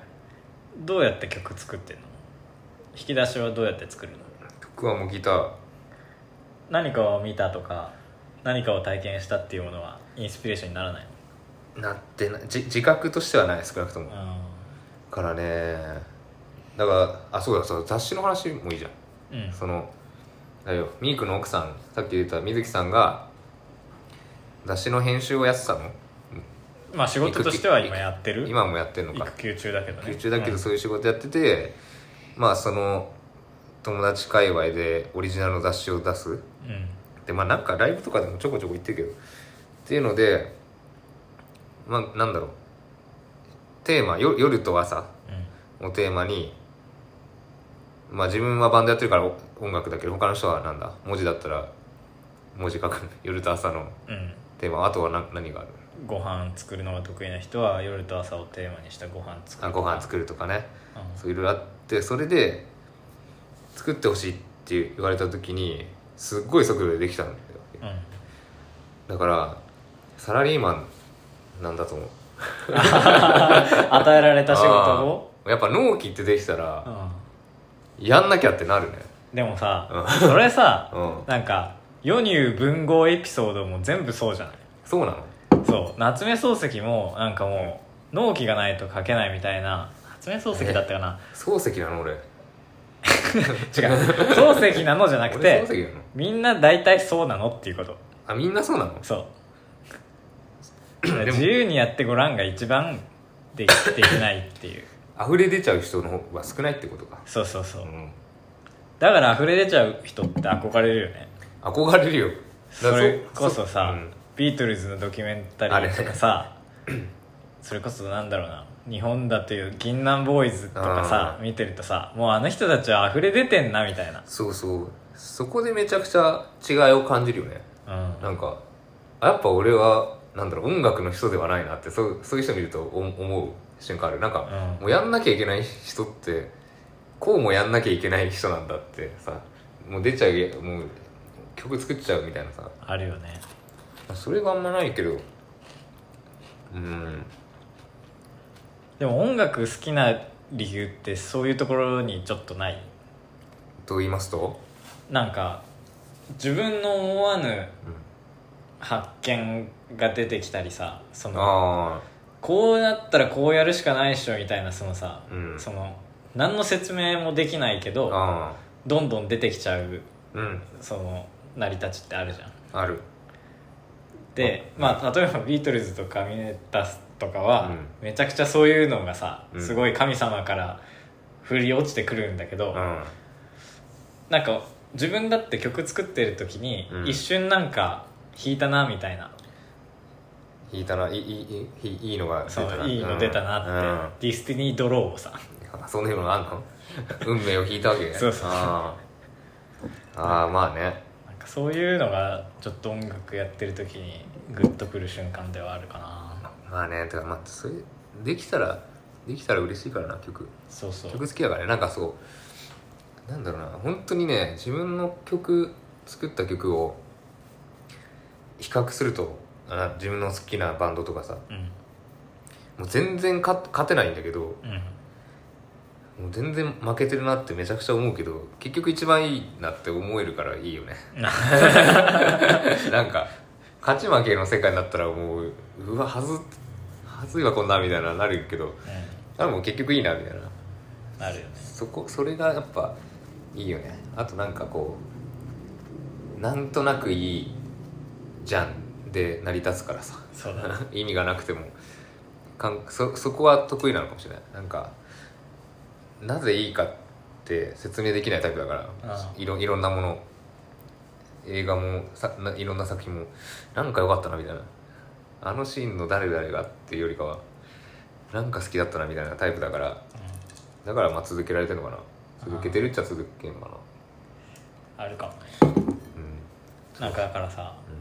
[SPEAKER 2] うん、どうやって曲作ってんの引き出しはどうやって作るの
[SPEAKER 1] 曲はもうギター
[SPEAKER 2] 何かを見たとか何かを体験したっていうものはインスピレーションにならない
[SPEAKER 1] なってないじ自覚としてはない少なくとも
[SPEAKER 2] の、
[SPEAKER 1] からねだからあそうだそうだ雑誌の話もいいじゃん
[SPEAKER 2] うんうん、
[SPEAKER 1] そのあれよミークの奥さんさっき言った水木さんが雑誌の編集をやってたの
[SPEAKER 2] まあ仕事としては今やってる
[SPEAKER 1] 今もやってんのか
[SPEAKER 2] 育休中だけどね
[SPEAKER 1] 空中だけ
[SPEAKER 2] う
[SPEAKER 1] ど
[SPEAKER 2] ん
[SPEAKER 1] そういう仕事やってて、まあその友達界隈でオリジナルの雑誌を出す
[SPEAKER 2] うん
[SPEAKER 1] でまあなんかライブとかでもちょこちょこ行ってるけどっていうのでまあなんだろうテーマよ夜と朝
[SPEAKER 2] うん
[SPEAKER 1] をテーマにまあ自分はバンドやってるからお音楽だけど他の人はなんだ文字だったら文字書く夜と朝の
[SPEAKER 2] うん、
[SPEAKER 1] テーマあとはな何がある
[SPEAKER 2] ご飯作るのが得意な人は夜と朝をテーマにしたご飯作
[SPEAKER 1] あ
[SPEAKER 2] る
[SPEAKER 1] ご飯作るとかね
[SPEAKER 2] うん
[SPEAKER 1] そういろいろあってそれで作ってほしいって言われた時にすっごい速度でできたんだよ
[SPEAKER 2] う
[SPEAKER 1] だ
[SPEAKER 2] ん
[SPEAKER 1] からサラリーマンなんだと思う
[SPEAKER 2] 与えられた仕事を
[SPEAKER 1] あーやっぱ納期ってできた
[SPEAKER 2] う
[SPEAKER 1] ら
[SPEAKER 2] ん
[SPEAKER 1] やんなきゃってなるね
[SPEAKER 2] でもさ
[SPEAKER 1] う
[SPEAKER 2] それさ
[SPEAKER 1] うん
[SPEAKER 2] なんか世に言う文豪エピソードも全部そうじゃない
[SPEAKER 1] そうなの
[SPEAKER 2] そう夏目漱石もなんかもう納期がないと書けないみたいな夏目漱石だったかな
[SPEAKER 1] 漱石なの俺
[SPEAKER 2] 違う漱石なのじゃなく
[SPEAKER 1] 俺
[SPEAKER 2] て
[SPEAKER 1] 漱石なの
[SPEAKER 2] みんな大体そうなのっていうこと
[SPEAKER 1] あみんなそうなの
[SPEAKER 2] そう
[SPEAKER 1] でも
[SPEAKER 2] 自由にやってごらんが一番できできないっていう
[SPEAKER 1] 溢れ出ちゃう人の方が少ないってことか
[SPEAKER 2] そうそうそううんだから溢れ出ちゃう人って憧れるよね
[SPEAKER 1] 憧れるよだ
[SPEAKER 2] そ
[SPEAKER 1] から
[SPEAKER 2] れこそさ、
[SPEAKER 1] うん
[SPEAKER 2] ビートルズのドキュメンタリーとかさ それこそなんだろうな日本だという銀杏ボーイズとかさ
[SPEAKER 1] あー
[SPEAKER 2] 見てるとさもうあの人たちは溢れ出てんなみたいな
[SPEAKER 1] そうそうそこでめちゃくちゃ違いを感じるよね
[SPEAKER 2] うん
[SPEAKER 1] なんかあやっぱ俺はなんだろう音楽の人ではないなってそうそういう人見るとお思う瞬間あるなんか、
[SPEAKER 2] うん
[SPEAKER 1] もうやんなきゃいけない人ってこうもやんなきゃいけない人なんだってさもう出ちゃうもう曲作っちゃうみたいなさ
[SPEAKER 2] あるよね
[SPEAKER 1] それがあんまないけどうん
[SPEAKER 2] でも音楽好きな理由ってそういうところにちょっとない
[SPEAKER 1] と言いますと、
[SPEAKER 2] なんか自分の思わぬ発見が出てきたりさそ
[SPEAKER 1] うん、
[SPEAKER 2] の
[SPEAKER 1] ああ
[SPEAKER 2] こうなったらこうやるしかないっしょみたいなそのさ、
[SPEAKER 1] うん
[SPEAKER 2] その何の説明もできないけど
[SPEAKER 1] ああ
[SPEAKER 2] どんどん出てきちゃう
[SPEAKER 1] うん
[SPEAKER 2] その成り立ちってあるじゃん
[SPEAKER 1] ある
[SPEAKER 2] で、
[SPEAKER 1] うん
[SPEAKER 2] まあ例えばビートルズとかミネタスとかは、
[SPEAKER 1] うん
[SPEAKER 2] めちゃくちゃそういうのがさ
[SPEAKER 1] うん
[SPEAKER 2] すごい神様から降り落ちてくるんだけど、
[SPEAKER 1] うん
[SPEAKER 2] なんか自分だって曲作ってる時に、
[SPEAKER 1] うん
[SPEAKER 2] 一瞬なんか弾いたなみたいな
[SPEAKER 1] 弾いたないいいいいいいいのが出
[SPEAKER 2] そ
[SPEAKER 1] たな
[SPEAKER 2] ういいの出たなって、ディスティニー・ドローをさ
[SPEAKER 1] あそんなの があんの運命を引いたわけね
[SPEAKER 2] そうそう
[SPEAKER 1] あーあーまあね
[SPEAKER 2] なんかそういうのがちょっと音楽やってる時にグッとくる瞬間ではあるかな
[SPEAKER 1] まあねてかまあそれできたらできたら嬉しいからな曲
[SPEAKER 2] そうそう
[SPEAKER 1] 曲好きだからねなんかそうなんだろうな本当にね自分の曲作った曲を比較するとあ自分の好きなバンドとかさ
[SPEAKER 2] うん
[SPEAKER 1] もう全然勝勝てないんだけど
[SPEAKER 2] うん
[SPEAKER 1] もう全然負けてるなってめちゃくちゃ思うけど結局一番いいなって思えるからいいよねなんか勝ち負けの世界になったらもううわはずはずいわこんなみたいななるけどあもう結局いいなみたいな
[SPEAKER 2] うんあるよね
[SPEAKER 1] そこそれがやっぱいいよねあとなんかこうなんとなくいいじゃんで成り立つからさ
[SPEAKER 2] そうだね
[SPEAKER 1] 意味がなくてもかんそそこは得意なのかもしれないなんかなぜいいかって説明できないタイプだから
[SPEAKER 2] ああ
[SPEAKER 1] いろいろんなもの映画もさないろんな作品もなんか良かったなみたいなあのシーンの誰々がっていうよりかはなんか好きだったなみたいなタイプだから
[SPEAKER 2] う
[SPEAKER 1] だからまあ続けられてるのかな続けてるっちゃ続けんのかなん
[SPEAKER 2] あるかもね
[SPEAKER 1] うん
[SPEAKER 2] なんかだからさ
[SPEAKER 1] うん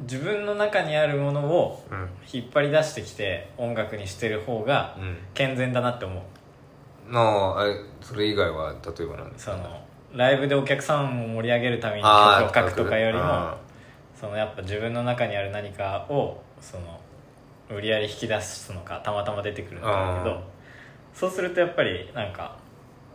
[SPEAKER 2] 自分の中にあるものを
[SPEAKER 1] うん
[SPEAKER 2] 引っ張り出してきて音楽にしてる方が
[SPEAKER 1] うん
[SPEAKER 2] 健全だなって思う
[SPEAKER 1] なああれそれ以外は例えばなんです
[SPEAKER 2] そ
[SPEAKER 1] か
[SPEAKER 2] のライブでお客さんを盛り上げるために
[SPEAKER 1] あ
[SPEAKER 2] 曲
[SPEAKER 1] ー
[SPEAKER 2] を書くとかよりも
[SPEAKER 1] あ
[SPEAKER 2] そのやっぱ自分の中にある何かをその無理やり引き出すのかたまたま出てくるのかだけ
[SPEAKER 1] うん
[SPEAKER 2] どそうするとやっぱりなんか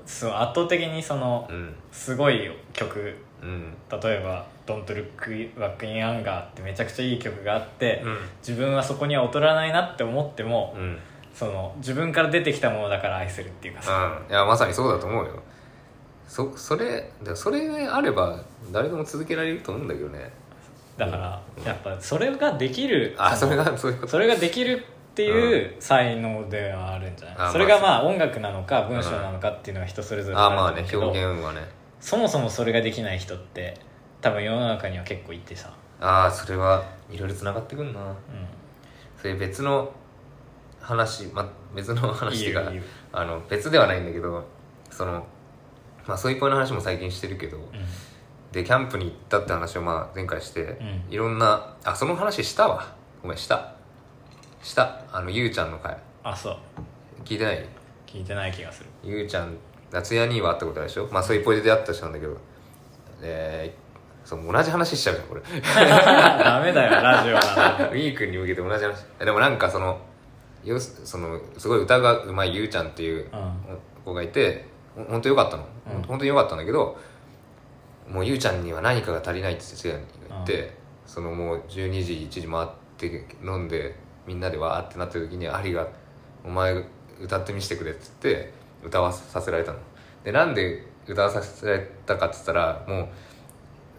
[SPEAKER 2] そう圧倒的にその
[SPEAKER 1] ーうん
[SPEAKER 2] すごい曲
[SPEAKER 1] うん
[SPEAKER 2] 例えば「Don't Look Back in Anger」ってめちゃくちゃいい曲があって
[SPEAKER 1] うん
[SPEAKER 2] 自分はそこには劣らないなって思っても
[SPEAKER 1] うん
[SPEAKER 2] その自分から出てきたものだから愛するっていうかさ
[SPEAKER 1] うんいやまさにそうだと思うよそそれでそれがあれば誰でも続けられると思うんだけどね
[SPEAKER 2] だからやっぱそれができる
[SPEAKER 1] あ
[SPEAKER 2] そ
[SPEAKER 1] そ
[SPEAKER 2] の
[SPEAKER 1] れがそういうこと
[SPEAKER 2] それができるっていう才能ではあるんじゃない、
[SPEAKER 1] あ
[SPEAKER 2] それがまあ音楽なのか文章なのかっていうのは人それぞれ
[SPEAKER 1] あ
[SPEAKER 2] る
[SPEAKER 1] まあ
[SPEAKER 2] んだ
[SPEAKER 1] ね
[SPEAKER 2] けど
[SPEAKER 1] 表現はね
[SPEAKER 2] そもそもそれができない人って多分世の中には結構いてさ、
[SPEAKER 1] ああそれはいろいろつながってくんな
[SPEAKER 2] う
[SPEAKER 1] それ別の話、ま、別の
[SPEAKER 2] ん、い
[SPEAKER 1] 話
[SPEAKER 2] い
[SPEAKER 1] っていうか
[SPEAKER 2] よいいよ、
[SPEAKER 1] あの別ではないんだけどそのまあそういう声の話も最近してるけど、
[SPEAKER 2] う
[SPEAKER 1] でキャンプに行ったって話をまあ前回して、
[SPEAKER 2] うん
[SPEAKER 1] いろんなあその話したわごめんしたしたあのゆうちゃんの回
[SPEAKER 2] ん、あそう
[SPEAKER 1] 聞いてない
[SPEAKER 2] 聞いてない気がする
[SPEAKER 1] ゆうちゃん夏屋には会ったことあるでしょまあそういうポイで出会った人なんだけどえー、そう同じ話しちゃうよこれ
[SPEAKER 2] ダメだよラジオな の
[SPEAKER 1] ウィークに向けて同じ話でもなんかそのよそのすごい歌がうまいゆうちゃんっていう
[SPEAKER 2] うん
[SPEAKER 1] 子がいてほ本当良かったの、
[SPEAKER 2] うん
[SPEAKER 1] 本当に良かったんだけどもうゆうちゃんには何かが足りないって先生が言って、そのもう12時1時回って飲んでみんなでわーってなってる時にアリが「お前歌ってみせてくれ」って言って歌わさせられたのでなんで歌わさせられたかって言ったらもう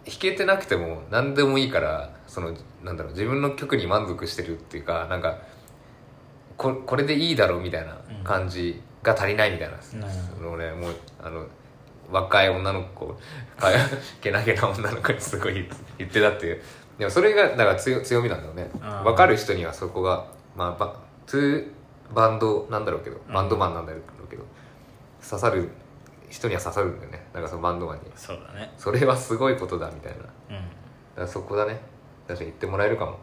[SPEAKER 1] 弾けてなくても何でもいいからそのなんだろう自分の曲に満足してるっていうかなんかここれでいいだろうみたいな感じが足りないみたいな、
[SPEAKER 2] う
[SPEAKER 1] そのねもうあの若い女の子かけなげな女の子にすごい言ってたっていうでもそれがだから強強みなんだよね
[SPEAKER 2] あー
[SPEAKER 1] 分かる人にはそこがまあバツーバンドなんだろうけど
[SPEAKER 2] うん
[SPEAKER 1] バンドマンなんだろうけど、刺さる人には刺さるんだよねなんかそのバンドマンに
[SPEAKER 2] そうだね
[SPEAKER 1] それはすごいことだみたいなだか
[SPEAKER 2] うん
[SPEAKER 1] らそこだね確かに言ってもらえるかも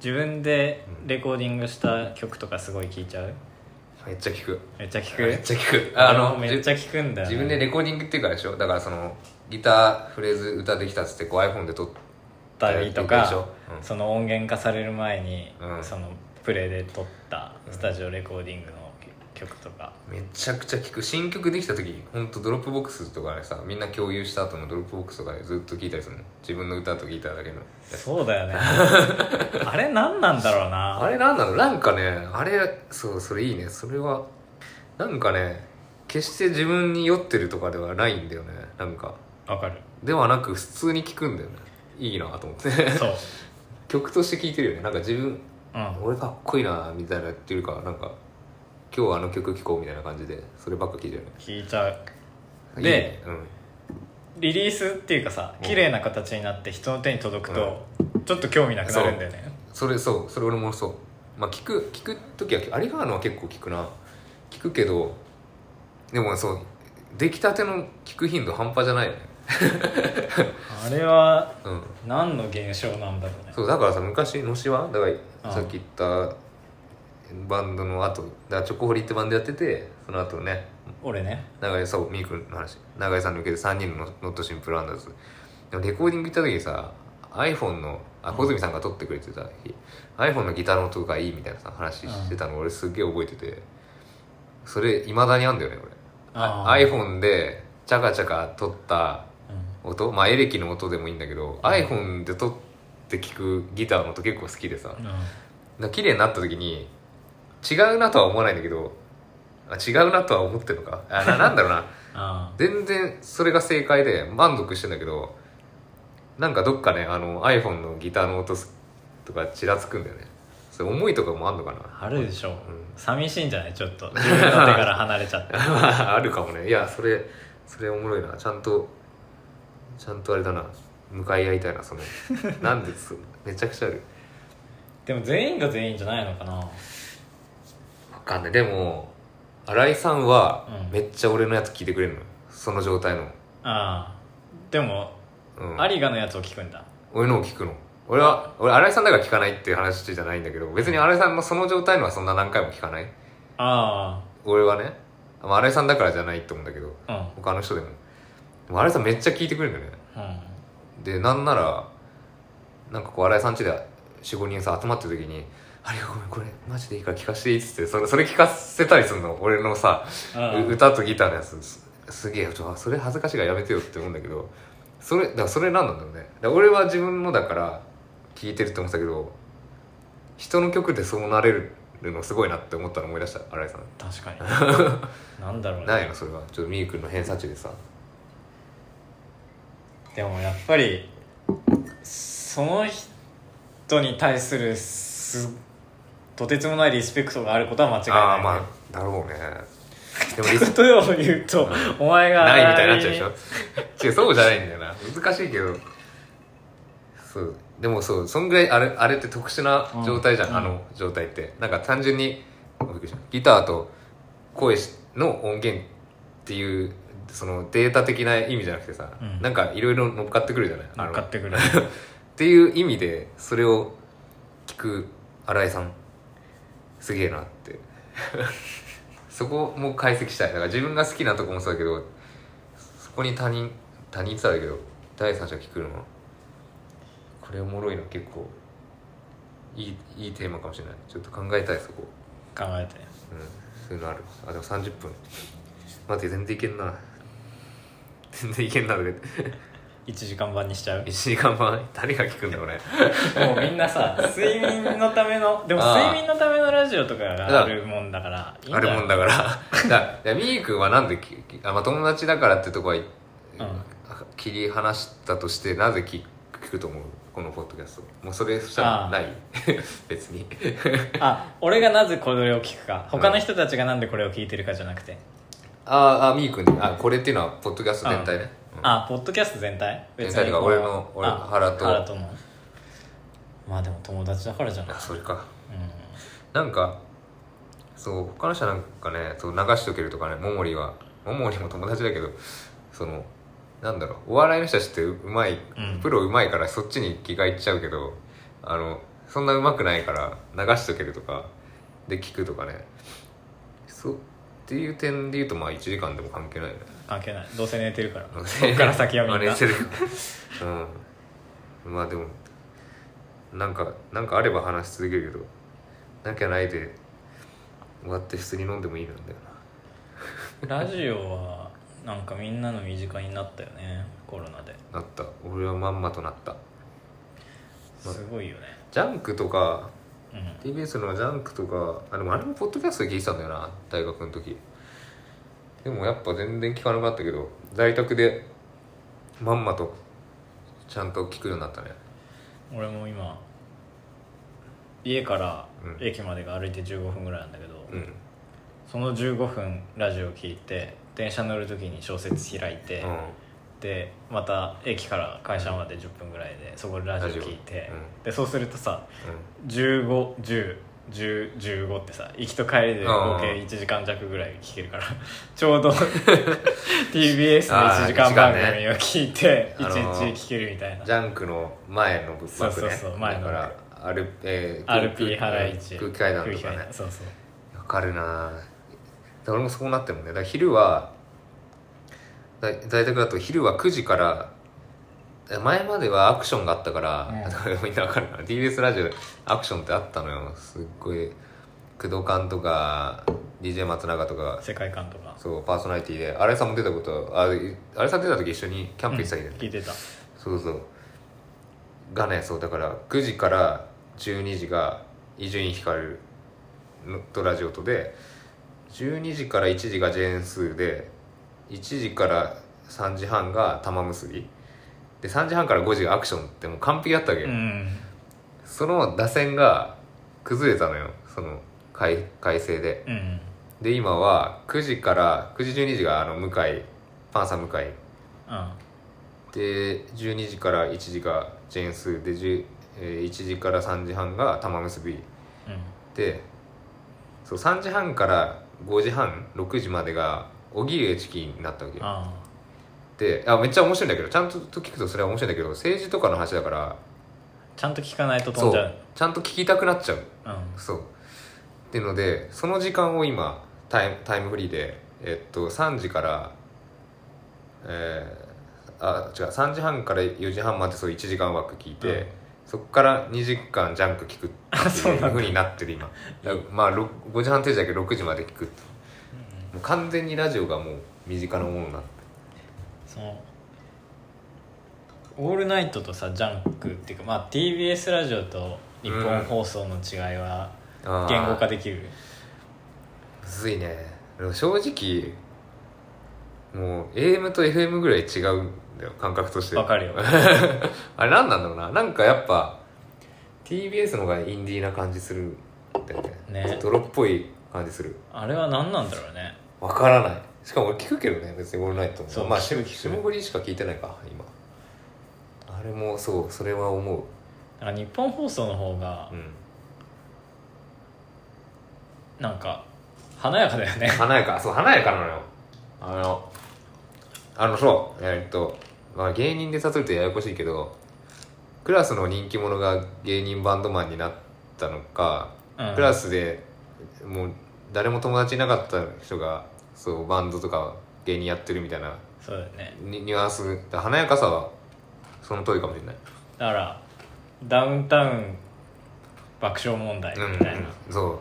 [SPEAKER 2] 自分でレコーディングした曲とかすごい聞いちゃう
[SPEAKER 1] めっちゃ聞く
[SPEAKER 2] めっちゃ聞
[SPEAKER 1] めっ
[SPEAKER 2] く
[SPEAKER 1] ちゃ聞くあの
[SPEAKER 2] めっちゃ聞くんだよね、
[SPEAKER 1] 自分でレコーディングっていうからでしょだからそのギターフレーズ歌できたっつってこう iPhone で撮っ
[SPEAKER 2] ったりと
[SPEAKER 1] でしょ
[SPEAKER 2] か、
[SPEAKER 1] うん
[SPEAKER 2] その音源化される前に、
[SPEAKER 1] うん
[SPEAKER 2] そのプレイで撮った
[SPEAKER 1] うん
[SPEAKER 2] スタジオレコーディングの曲とか、
[SPEAKER 1] めちゃくちゃ聞く新曲できた時ほんとドロップボックスとかでさみんな共有した後のドロップボックスとかでずっと聞いたりするの自分の歌とギターだけのやつ
[SPEAKER 2] そうだよ ねあれ何なんだろうな
[SPEAKER 1] あれなんなのなんかねあれそうそれいいねそれはなんかね決して自分に酔ってるとかではないんだよねなんか
[SPEAKER 2] わかる
[SPEAKER 1] ではなく普通に聞くんだよねいいなと思って
[SPEAKER 2] そう、
[SPEAKER 1] 曲として聴いてるよねなんか自分
[SPEAKER 2] うん、
[SPEAKER 1] 俺かっこいいなみたいなっていうかなんか今日はあの曲聴こうみたいな感じでそればっか聴いてるよね
[SPEAKER 2] 聞いちゃう
[SPEAKER 1] いい
[SPEAKER 2] で
[SPEAKER 1] ねうん
[SPEAKER 2] リリースっていうかさ
[SPEAKER 1] うん
[SPEAKER 2] 綺麗な形になって人の手に届くと、ちょっと興味なくなるんだよね
[SPEAKER 1] それそうそれ俺もそうまあ聞く聞く時は有川のは結構聞くな聞くけどでもそう出来たての聞く頻度半端じゃないよね
[SPEAKER 2] あれは
[SPEAKER 1] うん
[SPEAKER 2] 何の現象なんだろうね
[SPEAKER 1] そうだからさ昔のしはだから
[SPEAKER 2] あ
[SPEAKER 1] さっき言ったバンドの後だからチョコホリってバンドやっててその後ね
[SPEAKER 2] 俺ね
[SPEAKER 1] 永井さんミー君の話永井さん抜けて3人のノットシンプルアンダーズでもレコーディング行った時にさ iPhone のあ小泉さんが撮ってくれてた日、iPhone のギターの音がいいみたいなさ話してたの俺すっげえ覚えててそれいまだにあんだよね俺あ
[SPEAKER 2] あー
[SPEAKER 1] iPhone でチャカチャカ撮った音まあエレキの音でもいいんだけど、iPhone で撮って聞くギターの音結構好きでさ、
[SPEAKER 2] うん
[SPEAKER 1] だから綺麗になった時に違うなとは思わないんだけどあ違うなとは思ってるのかあななんだろうな
[SPEAKER 2] あ
[SPEAKER 1] 全然それが正解で満足してんだけどなんかどっかねあの iPhone のギターの音すとかちらつくんだよねそれ思いとかもあんのかな
[SPEAKER 2] ーあるでしょ、
[SPEAKER 1] ん
[SPEAKER 2] 寂しいんじゃないちょっと自分の手から離れちゃって
[SPEAKER 1] あるかもねいやそれそれおもろいなちゃんとちゃんとあれだな向かい合いたいな そのなんでつめちゃくちゃある
[SPEAKER 2] でも全員が全員じゃないのかな
[SPEAKER 1] わかんないでも新井さんは
[SPEAKER 2] うん
[SPEAKER 1] めっちゃ俺のやつ聞いてくれるのよその状態の、
[SPEAKER 2] ああでも
[SPEAKER 1] うん、
[SPEAKER 2] アリガのやつを聞くんだ
[SPEAKER 1] 俺のを聞くの俺は俺新井さんだから聞かないっていう話じゃないんだけど別に新井さんのその状態のはそんな何回も聞かない
[SPEAKER 2] あ
[SPEAKER 1] 俺はね、まあ、新井さんだからじゃないと思うんだけど
[SPEAKER 2] あうん
[SPEAKER 1] 他の人でもでも新井さんめっちゃ聞いてくれるんだよね
[SPEAKER 2] うん
[SPEAKER 1] でなんならなんかこう新井さん家で45人さ集まってる時に「ありがごめんこれマジでいいから聞かせていい」っつってそれそれ聞かせたりするの俺のさ
[SPEAKER 2] うん
[SPEAKER 1] う歌とギターのやつすすげえちょそれ恥ずかしいからやめてよって思うんだけどそれだからそれ何なんだろうねだから俺は自分のだから聴いてるって思ってたけど人の曲でそうなれるのすごいなって思ったの思い出した新井さん
[SPEAKER 2] 確か になんだろう
[SPEAKER 1] ない
[SPEAKER 2] ね
[SPEAKER 1] のそれはちょっとみーくんの偏差値でさ
[SPEAKER 2] でもやっぱりその人に対するすとてつもないリスペクトがあることは間違いない、
[SPEAKER 1] ああーまあだろうねでもリ
[SPEAKER 2] リス
[SPEAKER 1] ス
[SPEAKER 2] ペクトを言う とお前が
[SPEAKER 1] ないみたいになっちゃうでしょ 違うそうじゃないんだよな難しいけどそうでもそうそんぐらいあれあれって特殊な状態じゃん、
[SPEAKER 2] うん
[SPEAKER 1] あの状態ってなんか単純にあびっくりしたギターと声しの音源っていうそのデータ的な意味じゃなくてさ、
[SPEAKER 2] うん
[SPEAKER 1] なんかいろいろ乗っかってくるじゃないあの
[SPEAKER 2] 乗っかってくる
[SPEAKER 1] っていう意味でそれを聞く新井さんすげえなって そこも解析したいだから自分が好きなとこもそうだけどそこに他人他人って言ったらあれだけど第三者が聞くのはこれおもろいの結構いいいいテーマかもしれないちょっと考えたいそこ、
[SPEAKER 2] 考えて
[SPEAKER 1] うん、そういうのあるあでも30分待って全然いけんな全然いけんなで
[SPEAKER 2] 1時間版にしちゃう
[SPEAKER 1] 1時間前誰が聞くんだこれ
[SPEAKER 2] もうみんなさ睡眠のためのでも
[SPEAKER 1] ああ
[SPEAKER 2] 睡眠のためのラジオとかがあるもんだからいいん
[SPEAKER 1] あるもんだから だからみーくんはなんでききあ、まあ、友達だからってとこは、切り離したとしてなぜ聞聞くと思うこのポッドキャストもうそれしたらない 別に
[SPEAKER 2] あ俺がなぜこれを聞くか他の人たちがなんでこれを聞いてるかじゃなくて、
[SPEAKER 1] あーあみーくんねあこれっていうのはポッドキャスト全体ね、うん
[SPEAKER 2] あポッドキャスト全体
[SPEAKER 1] 全体とか
[SPEAKER 2] こう
[SPEAKER 1] 俺の俺
[SPEAKER 2] あ
[SPEAKER 1] 原と
[SPEAKER 2] 原とのまあでも友達だからじゃない
[SPEAKER 1] あ、それか
[SPEAKER 2] う
[SPEAKER 1] なんかそう他の人なんかねそう流しとけるとかねももりはももりも友達だけどそのなんだろうお笑いの人たちってうまい、
[SPEAKER 2] うん
[SPEAKER 1] プロうまいからそっちに気がいっちゃうけどあのそんなうまくないから流しとけるとかで聞くとかねそうっていう点で言うとまあ1時間でも関係ないよね
[SPEAKER 2] ん、関係ないどうせ寝てるから
[SPEAKER 1] こ
[SPEAKER 2] こっから先はみん
[SPEAKER 1] う
[SPEAKER 2] な
[SPEAKER 1] んまあでもなんかなんかあれば話し続けるけどなきゃないで終わって普通に飲んでもいいんだよ
[SPEAKER 2] ラジオはなんかみんなの身近になったよねコロナで
[SPEAKER 1] ななった俺はまんまとなった
[SPEAKER 2] すごいよね
[SPEAKER 1] ジャンクとか
[SPEAKER 2] うん
[SPEAKER 1] TBS のジャンクとかあでもあれもポッドキャストで聞いてたんだよな大学の時でもやっぱ全然聞かなかったけど在宅でまんまとちゃんと聞くようになったね
[SPEAKER 2] 俺も今家から
[SPEAKER 1] うん
[SPEAKER 2] 駅までが歩いて15分ぐらいなんだけど、
[SPEAKER 1] うん
[SPEAKER 2] その15分ラジオ聞いて電車乗る時に小説開いて、でまた駅から会社まで10分ぐらいでそこでラジオ聞いて
[SPEAKER 1] ラジオうん
[SPEAKER 2] でそうするとさ
[SPEAKER 1] うんうん
[SPEAKER 2] 1510 10 15ってさ行きと帰りで
[SPEAKER 1] うん
[SPEAKER 2] 合計1時間弱ぐらい聞けるから ちょ うど TBS の1時
[SPEAKER 1] あー
[SPEAKER 2] 間
[SPEAKER 1] 一時
[SPEAKER 2] 番
[SPEAKER 1] 間ね
[SPEAKER 2] 組を聞いて
[SPEAKER 1] あ
[SPEAKER 2] 一
[SPEAKER 1] の
[SPEAKER 2] 日
[SPEAKER 1] ー
[SPEAKER 2] 聞けるみたいな
[SPEAKER 1] ジャンクの前の物
[SPEAKER 2] そう
[SPEAKER 1] 幕
[SPEAKER 2] そ
[SPEAKER 1] ね
[SPEAKER 2] うそう前の
[SPEAKER 1] だからアル、えー、
[SPEAKER 2] RP 払い一
[SPEAKER 1] 空気階段とか
[SPEAKER 2] 空気
[SPEAKER 1] ね
[SPEAKER 2] 階段そうそう
[SPEAKER 1] わかるなぁ俺もそうなってるもんねだから昼はだ在宅だと昼は9時から前まではアクションがあったから、みんなわかるかな TBS ラジオでアクションってあったのよすっごい工藤館とか DJ 松永とか
[SPEAKER 2] 世界観とか
[SPEAKER 1] そうパーソナリティで荒井さんも出たことあ荒井さん出た時一緒にキャンプ行ってたけど、
[SPEAKER 2] うん聞いてた
[SPEAKER 1] そうそうがねそうだから9時から12時が伊集院光のとラジオとで12時から1時がジェーンスーで1時から3時半が玉結びで3時半から5時がアクションってもう完璧だったわけ、
[SPEAKER 2] うん
[SPEAKER 1] その打線が崩れたのよその改改正で
[SPEAKER 2] うん
[SPEAKER 1] で今は9時から9時12時があの向井パンサー向井
[SPEAKER 2] うん
[SPEAKER 1] で12時から1時がジェーンスーで、10えー1時から3時半が玉結び
[SPEAKER 2] うん
[SPEAKER 1] でそう3時半から5時半6時までが荻上チキになったわけよ
[SPEAKER 2] あ
[SPEAKER 1] であめっちゃ面白いんだけどちゃんと聞くとそれは面白いんだけど政治とかの話だから
[SPEAKER 2] あちゃんと聞かないと飛
[SPEAKER 1] そ
[SPEAKER 2] んじゃ
[SPEAKER 1] う
[SPEAKER 2] う
[SPEAKER 1] ちゃんと聞きたくなっちゃう
[SPEAKER 2] うん
[SPEAKER 1] そうっていうのでその時間を今タイムタイムフリーでえっと3時からえーあ違う3時半から4時半までそう1時間枠聞いて、
[SPEAKER 2] うん
[SPEAKER 1] そこから2時間ジャンク聞くって
[SPEAKER 2] あそう
[SPEAKER 1] い
[SPEAKER 2] な
[SPEAKER 1] うん
[SPEAKER 2] だ
[SPEAKER 1] ふうになってる今だからまあろく5時半定時だけど6時まで聞くってもう完全にラジオがもう身近なものになって
[SPEAKER 2] そのオールナイトとさジャンクっていうか、まあ、TBS ラジオと日本放送の違いは
[SPEAKER 1] あー
[SPEAKER 2] 言語化できる、
[SPEAKER 1] むずいねでも正直もう AM と FM ぐらい違うんだよ感覚として
[SPEAKER 2] わかるよ
[SPEAKER 1] あれ何なんだろうななんかやっぱ TBS の方がインディーな感じするんだよね
[SPEAKER 2] ね
[SPEAKER 1] 泥っぽい感じする
[SPEAKER 2] あれは何なんだろうね
[SPEAKER 1] わからないしかも俺聞くけどね別にオールナイトも
[SPEAKER 2] そう
[SPEAKER 1] まあ
[SPEAKER 2] 聞く
[SPEAKER 1] 霜
[SPEAKER 2] 聞く
[SPEAKER 1] 降りしか聞いてないか今あれもそうそれは思う
[SPEAKER 2] なんか日本放送の方が
[SPEAKER 1] うん
[SPEAKER 2] なんか華やかだ よね
[SPEAKER 1] 華やかそう華やかなのよあのあのそうえーっと、まあ、芸人で例えるとややこしいけどクラスの人気者が芸人バンドマンになったのか、
[SPEAKER 2] うん
[SPEAKER 1] クラスでもう誰も友達いなかった人がそうバンドとか芸人やってるみたいな
[SPEAKER 2] そうだよね
[SPEAKER 1] ニニュアンスだ華やかさはその通りかもしれない
[SPEAKER 2] だからダウンタウン爆笑問題みたいな、
[SPEAKER 1] うん、そう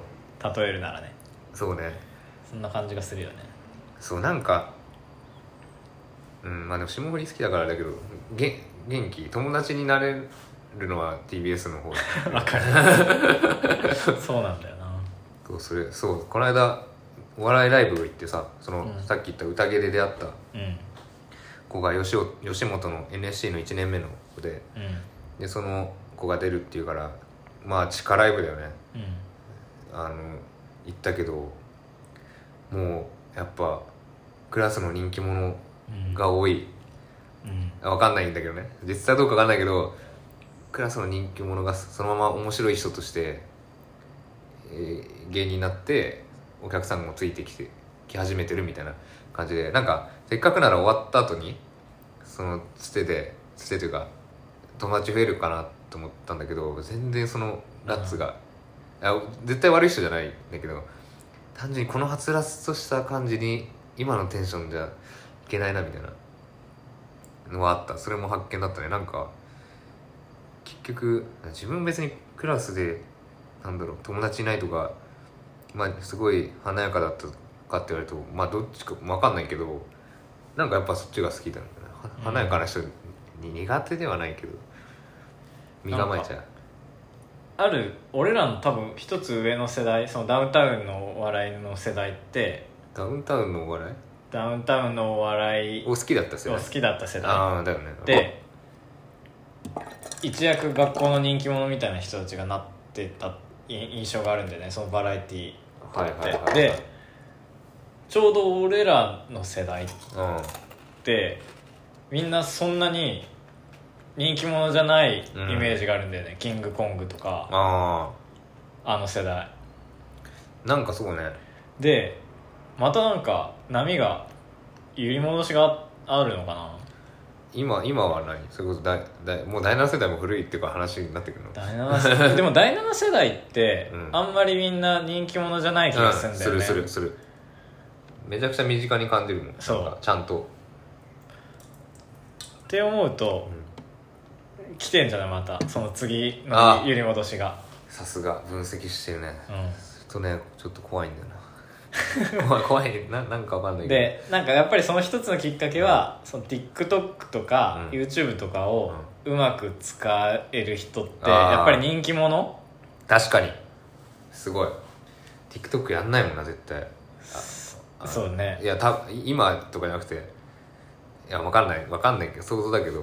[SPEAKER 2] 例えるならね
[SPEAKER 1] そうね
[SPEAKER 2] そんな感じが するよね
[SPEAKER 1] そうなんかうんまあでも霜降り好きだからだけどげ元気友達になれるのは TBS の方
[SPEAKER 2] わかるそうなんだよな
[SPEAKER 1] そうそれそうこの間お笑いライブ行ってさその、
[SPEAKER 2] うん
[SPEAKER 1] さっき言った宴で出会った
[SPEAKER 2] うん
[SPEAKER 1] 子が吉尾吉本の NSC の1年目の子で
[SPEAKER 2] うん
[SPEAKER 1] でその子が出るっていうからまあ地下ライブだよね
[SPEAKER 2] うん
[SPEAKER 1] あの行ったけどもうやっぱクラスの人気者
[SPEAKER 2] うん
[SPEAKER 1] が多い
[SPEAKER 2] うん
[SPEAKER 1] わかんないんだけどね実際どうかわかんないけどクラスの人気者がそのまま面白い人として、えー芸人になってお客さんもついてきてき始めてるみたいな感じでなんかせっかくなら終わった後にそのつてでつてというか友達増えるかなと思ったんだけど全然そのラッツが、あ絶対悪い人じゃないんだけど単純にこのはつらつとした感じに今のテンションじゃいけないなみたいなのはあったそれも発見だったねなんか結局自分別にクラスでなんだろう友達いないとかまあすごい華やかだったかって言われるとまあどっちか分かんないけどなんかやっぱそっちが好きだよねは
[SPEAKER 2] うん
[SPEAKER 1] 華やかな人に苦手ではないけど身構えちゃう
[SPEAKER 2] ある俺らの多分一つ上の世代そのダウンタウンのお笑いの世代って
[SPEAKER 1] ダウンタウンのお笑い
[SPEAKER 2] ダウンタウンのお笑い
[SPEAKER 1] お
[SPEAKER 2] を
[SPEAKER 1] 好きだったっすよ
[SPEAKER 2] 好
[SPEAKER 1] ね
[SPEAKER 2] きだった世代
[SPEAKER 1] ああだよね
[SPEAKER 2] で一躍学校の人気者みたいな人たちがなってたい印象があるんだよねそのバラエティ
[SPEAKER 1] はいはいはい
[SPEAKER 2] ーでちょうど俺らの世代っ
[SPEAKER 1] うん
[SPEAKER 2] てみんなそんなに人気者じゃないイメージがあるんだよね、キングコングとか
[SPEAKER 1] あ
[SPEAKER 2] あの世代
[SPEAKER 1] なんかそうね
[SPEAKER 2] でまたなんか波が揺り戻しがあるの かな
[SPEAKER 1] 今今は何それこそだだもう第7世代も古いっていうか話になってくるの
[SPEAKER 2] 第7世代でも第7世代って
[SPEAKER 1] うん
[SPEAKER 2] あんまりみんな人気者じゃない気がするんだよね、
[SPEAKER 1] うんするするするめちゃくちゃ身近に感じるもん
[SPEAKER 2] そう
[SPEAKER 1] なんかちゃんと、
[SPEAKER 2] って思う
[SPEAKER 1] う
[SPEAKER 2] と
[SPEAKER 1] ん
[SPEAKER 2] 来てんじゃないまたその次
[SPEAKER 1] あ
[SPEAKER 2] の揺り戻しが
[SPEAKER 1] さすが分析してるね
[SPEAKER 2] う
[SPEAKER 1] ちょっとねちょっと怖いんだよな 怖い怖いななんかわかんない
[SPEAKER 2] ん
[SPEAKER 1] けど
[SPEAKER 2] でなんかやっぱりその一つのきっかけは、その TikTok とか、
[SPEAKER 1] うん
[SPEAKER 2] YouTube とかをうまく使える人って
[SPEAKER 1] あー
[SPEAKER 2] やっぱり人気者
[SPEAKER 1] 確かにすごい TikTok やんないもんな絶対あ
[SPEAKER 2] そうね
[SPEAKER 1] いやた今とかじゃなくていやわかんないわかんないけど想像だけど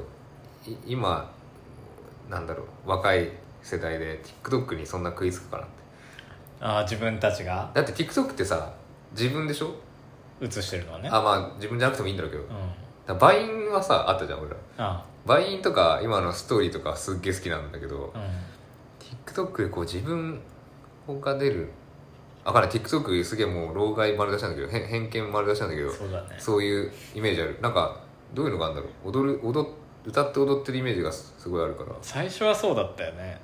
[SPEAKER 1] い今なんだろう若い世代で TikTok にそんな食いつくかなって
[SPEAKER 2] あー自分たちが
[SPEAKER 1] だって TikTok ってさ自分でしょ
[SPEAKER 2] 映してるのはね
[SPEAKER 1] あまあ自分じゃなくてもいいんだろうけど
[SPEAKER 2] うん
[SPEAKER 1] だからバインはさあったじゃん俺ら
[SPEAKER 2] あ
[SPEAKER 1] バインとか今のストーリーとかすっげえ好きなんだけど
[SPEAKER 2] うん
[SPEAKER 1] TikTok でこう自分が出るあからん TikTok すげえもう老害丸出しなんだけど偏偏見丸出しなんだけど
[SPEAKER 2] そうだね
[SPEAKER 1] そういうイメージあるなんかどういうのがあるんだろう踊る踊っ歌って踊ってるイメージがすすごいあるから、うん、
[SPEAKER 2] 最初はそうだったよね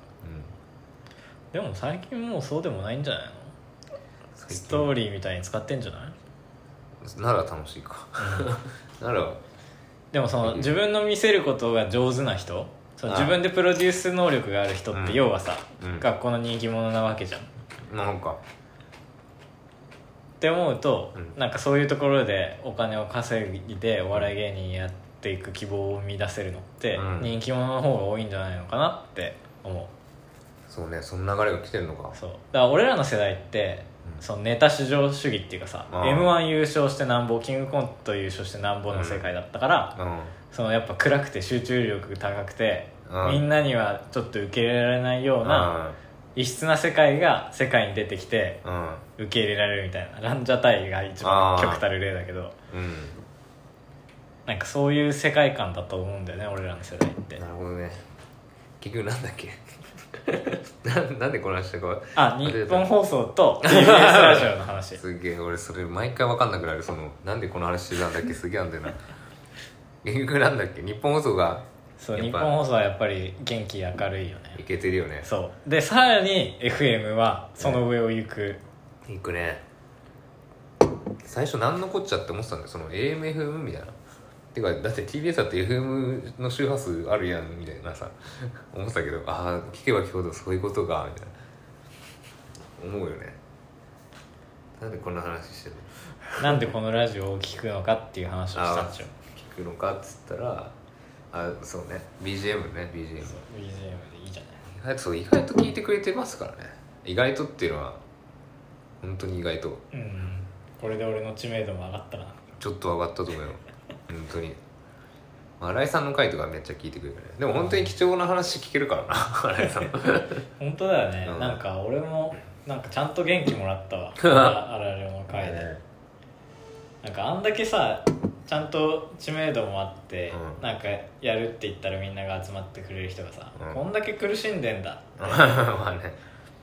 [SPEAKER 2] でも最近もうそうでもないんじゃないのストーリーみたいに使ってんじゃない、
[SPEAKER 1] なら楽しいかなら
[SPEAKER 2] でもその自分の見せることが上手な人その
[SPEAKER 1] ああ
[SPEAKER 2] 自分でプロデュース能力がある人っ
[SPEAKER 1] うん
[SPEAKER 2] て要はさ、
[SPEAKER 1] うん
[SPEAKER 2] 学校の人気者なわけじゃんっ
[SPEAKER 1] なんか
[SPEAKER 2] て思うと、
[SPEAKER 1] うん
[SPEAKER 2] なんかそういうところでお金を稼いでお笑い芸人やっていく希望を生み出せるのって
[SPEAKER 1] うん
[SPEAKER 2] 人気者の方が多いんじゃないのかなって思
[SPEAKER 1] そうねその流れが来てるのか
[SPEAKER 2] うそうだから俺らの世代って
[SPEAKER 1] うん
[SPEAKER 2] そのネタ至上主義っていうかさ
[SPEAKER 1] ああ
[SPEAKER 2] m 1優勝してなんぼキングコント優勝してなんぼの世界だったから、
[SPEAKER 1] うん
[SPEAKER 2] そのやっぱ暗くて集中力高くて、
[SPEAKER 1] うん
[SPEAKER 2] みんなにはちょっと受け入れられないような異質な世界が世界に出てきて
[SPEAKER 1] うん
[SPEAKER 2] 受け入れられるみたいなランジャタイが一番
[SPEAKER 1] あー
[SPEAKER 2] 極たる例だけど
[SPEAKER 1] うん
[SPEAKER 2] なんかそういう世界観だと思うんだよね俺らの世代って
[SPEAKER 1] なるほどね結局なんだっけ ななんでこの話したか
[SPEAKER 2] あ
[SPEAKER 1] 忘れ
[SPEAKER 2] 日
[SPEAKER 1] た
[SPEAKER 2] 本放送と TBS ラジオの 話
[SPEAKER 1] すげえ俺それ毎回わかんなくなるそのなんでこの話してたんだっけすげえなんだよな 結局なんだっけ日本放送が
[SPEAKER 2] そう
[SPEAKER 1] やっ
[SPEAKER 2] 日
[SPEAKER 1] ぱ
[SPEAKER 2] 本放送はやっぱり元気明るいよね
[SPEAKER 1] いけてるよね
[SPEAKER 2] そうでさらに FM はその上を行く
[SPEAKER 1] いくね最初何のこっちゃって思ってたんだよその AMFM みたいなてかだって TBS だって FM の周波数あるやんみたいなさ 思ってたけどああ聞けば聞くほどそういうことかみたいな思うよねなんでこんな話してるの
[SPEAKER 2] なんでこのラジオを聞くのかっていう話をしたんですよ
[SPEAKER 1] 聞くのかっつったらあそうね BGM ね BGM
[SPEAKER 2] そう BGM でいいじゃない
[SPEAKER 1] 意外とそう意外と聞いてくれてますからね意外とっていうのは本当に意外と
[SPEAKER 2] うんこれで俺の知名度も上がったな
[SPEAKER 1] ちょっと上がったと思うよ本当にまあ新井さんの回とかめっちゃ聞いてくれるよねでも本当に貴重な話聞けるからな新井さん
[SPEAKER 2] 本当だよね、
[SPEAKER 1] うん
[SPEAKER 2] なんか俺もなんかちゃんと元気もらったわあられの回でなんかあんだけさちゃんと知名度もあって、
[SPEAKER 1] うん
[SPEAKER 2] なんかやるって言ったらみんなが集まってくれる人がさ、
[SPEAKER 1] うん
[SPEAKER 2] こんだけ苦しんでんだ
[SPEAKER 1] まあね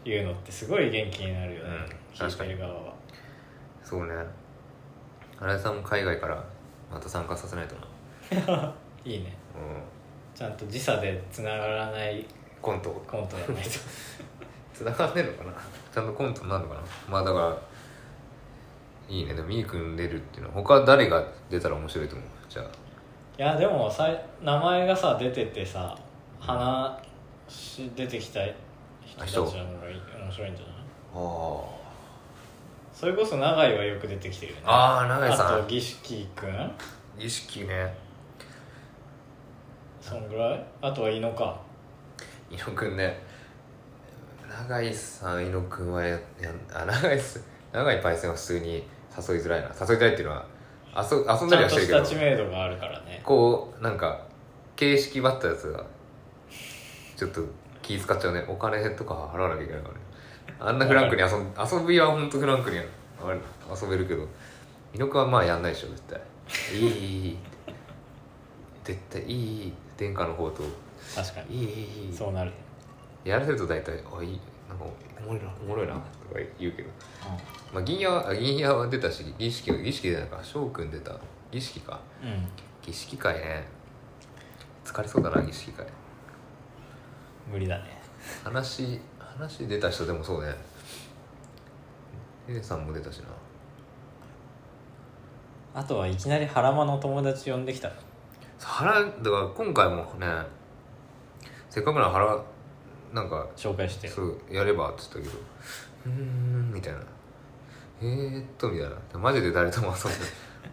[SPEAKER 2] っていうのってすごい元気になるよね、
[SPEAKER 1] うん
[SPEAKER 2] 聞い
[SPEAKER 1] 確か
[SPEAKER 2] て
[SPEAKER 1] に
[SPEAKER 2] る側は
[SPEAKER 1] そうね新井さんも海外からまた参加させないとな、
[SPEAKER 2] いいね
[SPEAKER 1] うん、
[SPEAKER 2] ちゃんと時差でつながらない
[SPEAKER 1] コント
[SPEAKER 2] コントやないと
[SPEAKER 1] つながってんのかなちゃんとコントになるのかなまあだからいいねでもみーくん出るっていうのは他誰が出たら面白いと思うじゃあ
[SPEAKER 2] いやでもさ名前がさ出ててさ話出てきた人たちの方がい面白いんじゃない
[SPEAKER 1] あ
[SPEAKER 2] それこそ永井はよく出てきてるよね
[SPEAKER 1] あー永井さん
[SPEAKER 2] あと儀式くん
[SPEAKER 1] 意識ね
[SPEAKER 2] そんぐらいあとは井野か
[SPEAKER 1] 伊野くんね永井さん伊野くんはややあ永井す永井パイセンは普通に誘いづらいな誘いづらいっていうのは遊遊ん
[SPEAKER 2] ち
[SPEAKER 1] だり
[SPEAKER 2] ゃん
[SPEAKER 1] は
[SPEAKER 2] と
[SPEAKER 1] して
[SPEAKER 2] した
[SPEAKER 1] る
[SPEAKER 2] 知
[SPEAKER 1] けど
[SPEAKER 2] 名度があるからね
[SPEAKER 1] こうなんか形式ばったやつがちょっと気使っちゃうねお金とか払わなきゃいけないからねあんなフランクに遊ん遊びはほんとフランクにあれ遊べるけど伊野くんはまあやんないでしょ絶対「いいいいいい」絶対「いいいい」殿下の方と
[SPEAKER 2] 確か
[SPEAKER 1] 「い
[SPEAKER 2] に
[SPEAKER 1] いいいいい」
[SPEAKER 2] そうなる
[SPEAKER 1] やらせると大体「あいいなんか
[SPEAKER 2] おもろいな
[SPEAKER 1] おもろいなとか言うけど、まあ、銀矢はあ銀矢は出たし儀式は儀式じゃないか翔くん出た儀式か
[SPEAKER 2] うん
[SPEAKER 1] 儀式会ね疲れそうだな儀式会
[SPEAKER 2] 無理だね
[SPEAKER 1] 話話出た人でもそうね A さんも出たしな
[SPEAKER 2] あとはいきなり腹間の友達呼んできた
[SPEAKER 1] 原だから今回もねせっかくなら原なんか
[SPEAKER 2] 紹介して
[SPEAKER 1] そうやればっつったけど「うーん」みたいな「えー、っと」みたいなマジで誰とも 遊んで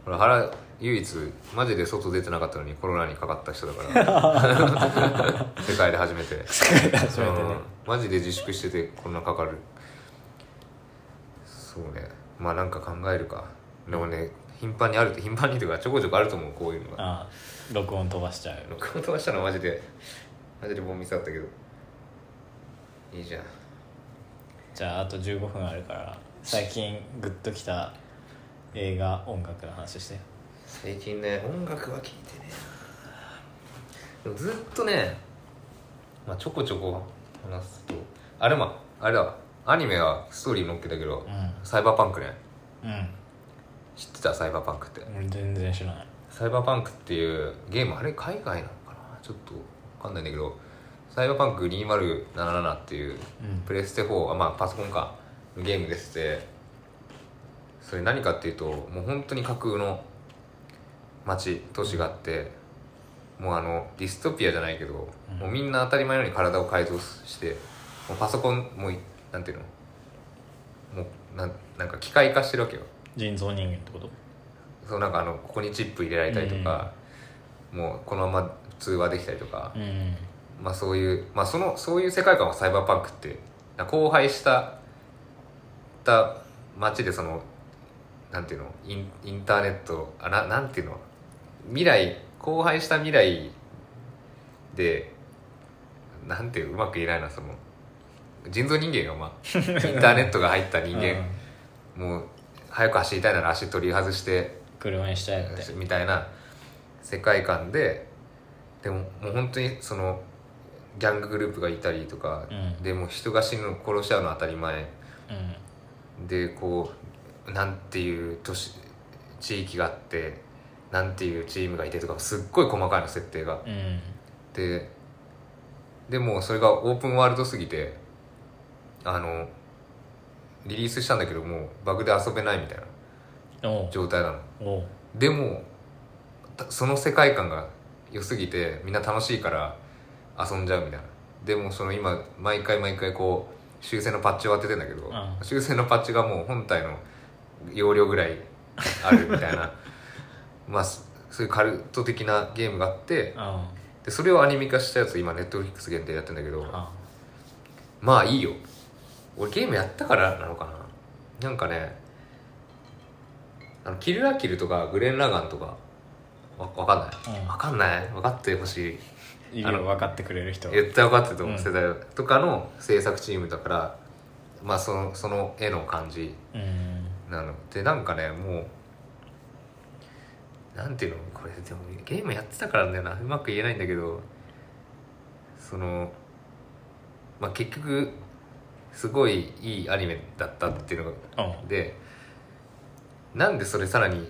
[SPEAKER 1] ほら原唯一マジで外出てなかったのにコロナにかかった人だから 世界で初めて
[SPEAKER 2] 初めて
[SPEAKER 1] う
[SPEAKER 2] ね
[SPEAKER 1] んマジで自粛しててこんなかかるそうねまあなんか考えるかでもね頻繁にある頻繁にというかちょこちょこあると思うこういうのが
[SPEAKER 2] ああ録音飛ばしちゃう
[SPEAKER 1] 録音飛ばしたのはマジでマジでボンミスだったけどいいじゃん
[SPEAKER 2] じゃああと15分あるから最近グッときた映画音楽の話して
[SPEAKER 1] 最近ね音楽は聴いてねえなでもずっとね、まあ、ちょこちょこ話すとあれもあれだわアニメはストーリー載っけたけど、
[SPEAKER 2] う
[SPEAKER 1] サイバーパンクね
[SPEAKER 2] んうん
[SPEAKER 1] 知ってたサイバーパンクって
[SPEAKER 2] 俺全然知らない
[SPEAKER 1] サイバーパンクっていうゲームあれ海外なのかなちょっと分かんないんだけどサイバーパンク2077っていう
[SPEAKER 2] うん
[SPEAKER 1] プレステ4あまあパソコンかのゲームでしてそれ何かっていうともう本当に架空の街都市があってもうあのディストピアじゃないけど、
[SPEAKER 2] うん
[SPEAKER 1] もうみんな当たり前のように体を改造してもうパソコンもういなんていうのもうなんなんか機械化してるわけよ
[SPEAKER 2] 人造人間ってこと
[SPEAKER 1] そうなんかあのここにチップ入れられたりとか、もうこのまま通話できたりとか
[SPEAKER 2] う、ん
[SPEAKER 1] まあそういう、まあ、そのそういう世界観はサイバーパンクって荒廃したた街でそのなんていうのインインターネットあななんていうの未来荒廃した未来でなんていううまく言えないなその人造人間がま あインターネットが入った人
[SPEAKER 2] うん
[SPEAKER 1] 間、もう早く走りたいなら足取り外して
[SPEAKER 2] 車にしちゃえって
[SPEAKER 1] みたいな世界観ででももう本当にそのギャンググループがいたりとか、
[SPEAKER 2] うん
[SPEAKER 1] でもう人が死ぬ殺し合うの当たり前
[SPEAKER 2] うん
[SPEAKER 1] でこうなんていう都市地域があってなんていうチームがいてとかすっごい細かいの設定が。
[SPEAKER 2] うん
[SPEAKER 1] ででもそれがオープンワールドすぎてあのリリースしたんだけどもうバグで遊べないみたいな
[SPEAKER 2] おう
[SPEAKER 1] 状態なの。
[SPEAKER 2] おう
[SPEAKER 1] でもたその世界観が良すぎてみんな楽しいから遊んじゃうみたいなでもその今毎回毎回こう修正のパッチを当ててんだけど、
[SPEAKER 2] うん
[SPEAKER 1] 修正のパッチがもう本体の容量ぐらいあるみたいな まあそそういうカルト的なゲームがあって
[SPEAKER 2] あ
[SPEAKER 1] でそれをアニメ化したやつ今ネットフリックス限定でやってんだけど
[SPEAKER 2] あ
[SPEAKER 1] まあいいよ俺ゲームやったからなのかななんかねあのキルラキルとかグレン・ラガンとかわわかんない、
[SPEAKER 2] うん
[SPEAKER 1] わかんない分かってほしい
[SPEAKER 2] いる
[SPEAKER 1] あ
[SPEAKER 2] よ
[SPEAKER 1] の
[SPEAKER 2] 分かってくれる人
[SPEAKER 1] 絶対分かってると思う、
[SPEAKER 2] うん
[SPEAKER 1] 世代はとかの制作チームだからまあそのその絵の感じ
[SPEAKER 2] うん
[SPEAKER 1] なのでなんかねもうなんていうのこれでもゲームやってたからなんだよなうまく言えないんだけどそのまあ結局すごいいいアニメだったっていうのが
[SPEAKER 2] おう
[SPEAKER 1] でなんでそれさらに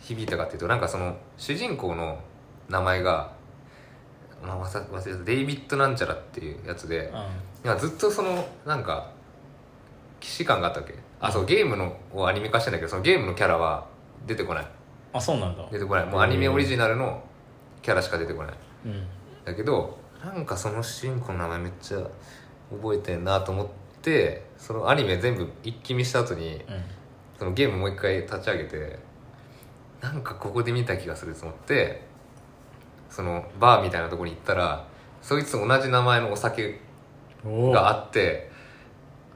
[SPEAKER 1] 響いたかっていうとなんかその主人公の名前が、まあ、忘れ忘れたデイビッド・なんちゃらっていうやつで、いやずっとそのなんか既視感があったわけあそうゲームのをアニメ化してんだけどそのゲームのキャラは出てこない
[SPEAKER 2] あそうなんだ
[SPEAKER 1] 出てこないもうアニメオリジナルのキャラしか出てこない
[SPEAKER 2] うん
[SPEAKER 1] だけどなんかその主人公の名前めっちゃ覚えてんなと思ってそのアニメ全部一気見した後に
[SPEAKER 2] うん
[SPEAKER 1] そのゲームもう一回立ち上げてなんかここで見た気がすると思ってそのバーみたいなところに行ったらそいつと同じ名前のお酒
[SPEAKER 2] お
[SPEAKER 1] があって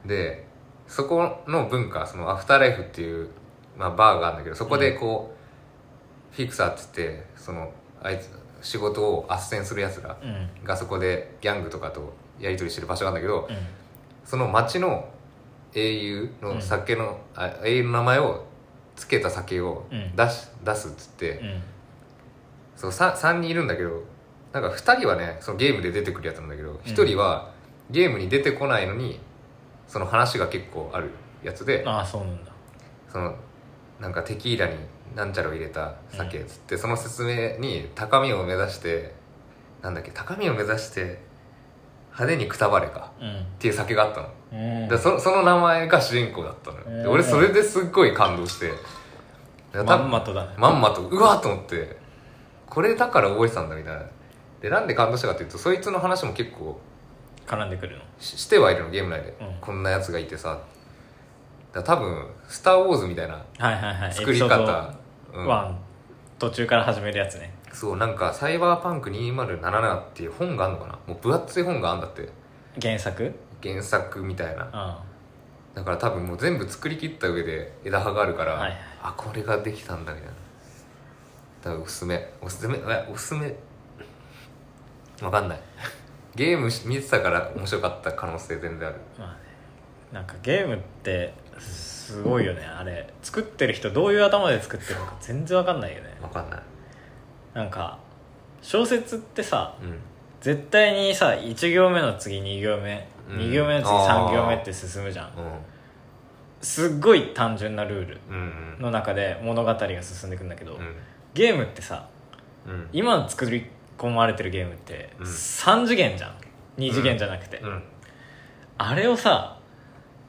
[SPEAKER 1] でそこの文化そのアフターライフっていう、まあ、バーがあるんだけどそこでこう、フィクサーって言ってそのあいつ仕事を斡旋するやつら
[SPEAKER 2] うんうん
[SPEAKER 1] がそこでギャングとかとやり取りしてる場所があるんだけどその町の英雄の酒の、あ英雄の名前を付けた酒を
[SPEAKER 2] うん
[SPEAKER 1] 出し、出すっつって、
[SPEAKER 2] うん
[SPEAKER 1] そう 3, 3人いるんだけどなんか2人はねそのゲームで出てくるやつなんだけど1人はゲームに出てこないのにその話が結構あるやつで
[SPEAKER 2] ああそうなんだ
[SPEAKER 1] そのなんかテキーラになんちゃらを入れた酒っつって、その説明に高みを目指してなんだっけ高みを目指して派手にくたばれか
[SPEAKER 2] う
[SPEAKER 1] っていう酒があったの、
[SPEAKER 2] ん、うん、
[SPEAKER 1] でそその名前が主人公だったのよ、で
[SPEAKER 2] へー
[SPEAKER 1] 俺それですっごい感動してだから多
[SPEAKER 2] ま
[SPEAKER 1] 分
[SPEAKER 2] んまとだね
[SPEAKER 1] まんまとうわーと思ってこれだから覚えてたんだみたいなでなんで感動したかっていうとそいつの話も結構
[SPEAKER 2] 絡んでくるの
[SPEAKER 1] ししてはいるのゲーム内で、
[SPEAKER 2] うん
[SPEAKER 1] こんなやつがいてさだから多分「スター・ウォーズ」みたいな
[SPEAKER 2] はいはいはい
[SPEAKER 1] 作り方、うん
[SPEAKER 2] ワン、途中から始めるやつね
[SPEAKER 1] そうなんか「サイバーパンク2077」っていう本があるのかなもう分厚い本があるんだって
[SPEAKER 2] 原作
[SPEAKER 1] 原作みたいな
[SPEAKER 2] あ
[SPEAKER 1] だから多分もう全部作り切った上で枝葉があるから、
[SPEAKER 2] はいはい
[SPEAKER 1] あこれができたんだみたいなだからおすすめおすすめえおすすめわかんないゲームし見てたから面白かった可能性全然ある
[SPEAKER 2] まあねなんかゲームってすごいよねあれ作ってる人どういう頭で作ってるのか全然わかんないよね
[SPEAKER 1] わかんない
[SPEAKER 2] なんか小説ってさ
[SPEAKER 1] うん
[SPEAKER 2] 絶対にさ1行目の次2行目、
[SPEAKER 1] うん
[SPEAKER 2] 2行目の次3行目って進むじゃんすっごい単純なルール
[SPEAKER 1] うんうん
[SPEAKER 2] の中で物語が進んでいくんだけど、
[SPEAKER 1] うん
[SPEAKER 2] ゲームってさ
[SPEAKER 1] うん
[SPEAKER 2] 今作り込まれてるゲームって
[SPEAKER 1] うん
[SPEAKER 2] 3次元じゃん2次元じゃなくて、
[SPEAKER 1] うん
[SPEAKER 2] あれをさ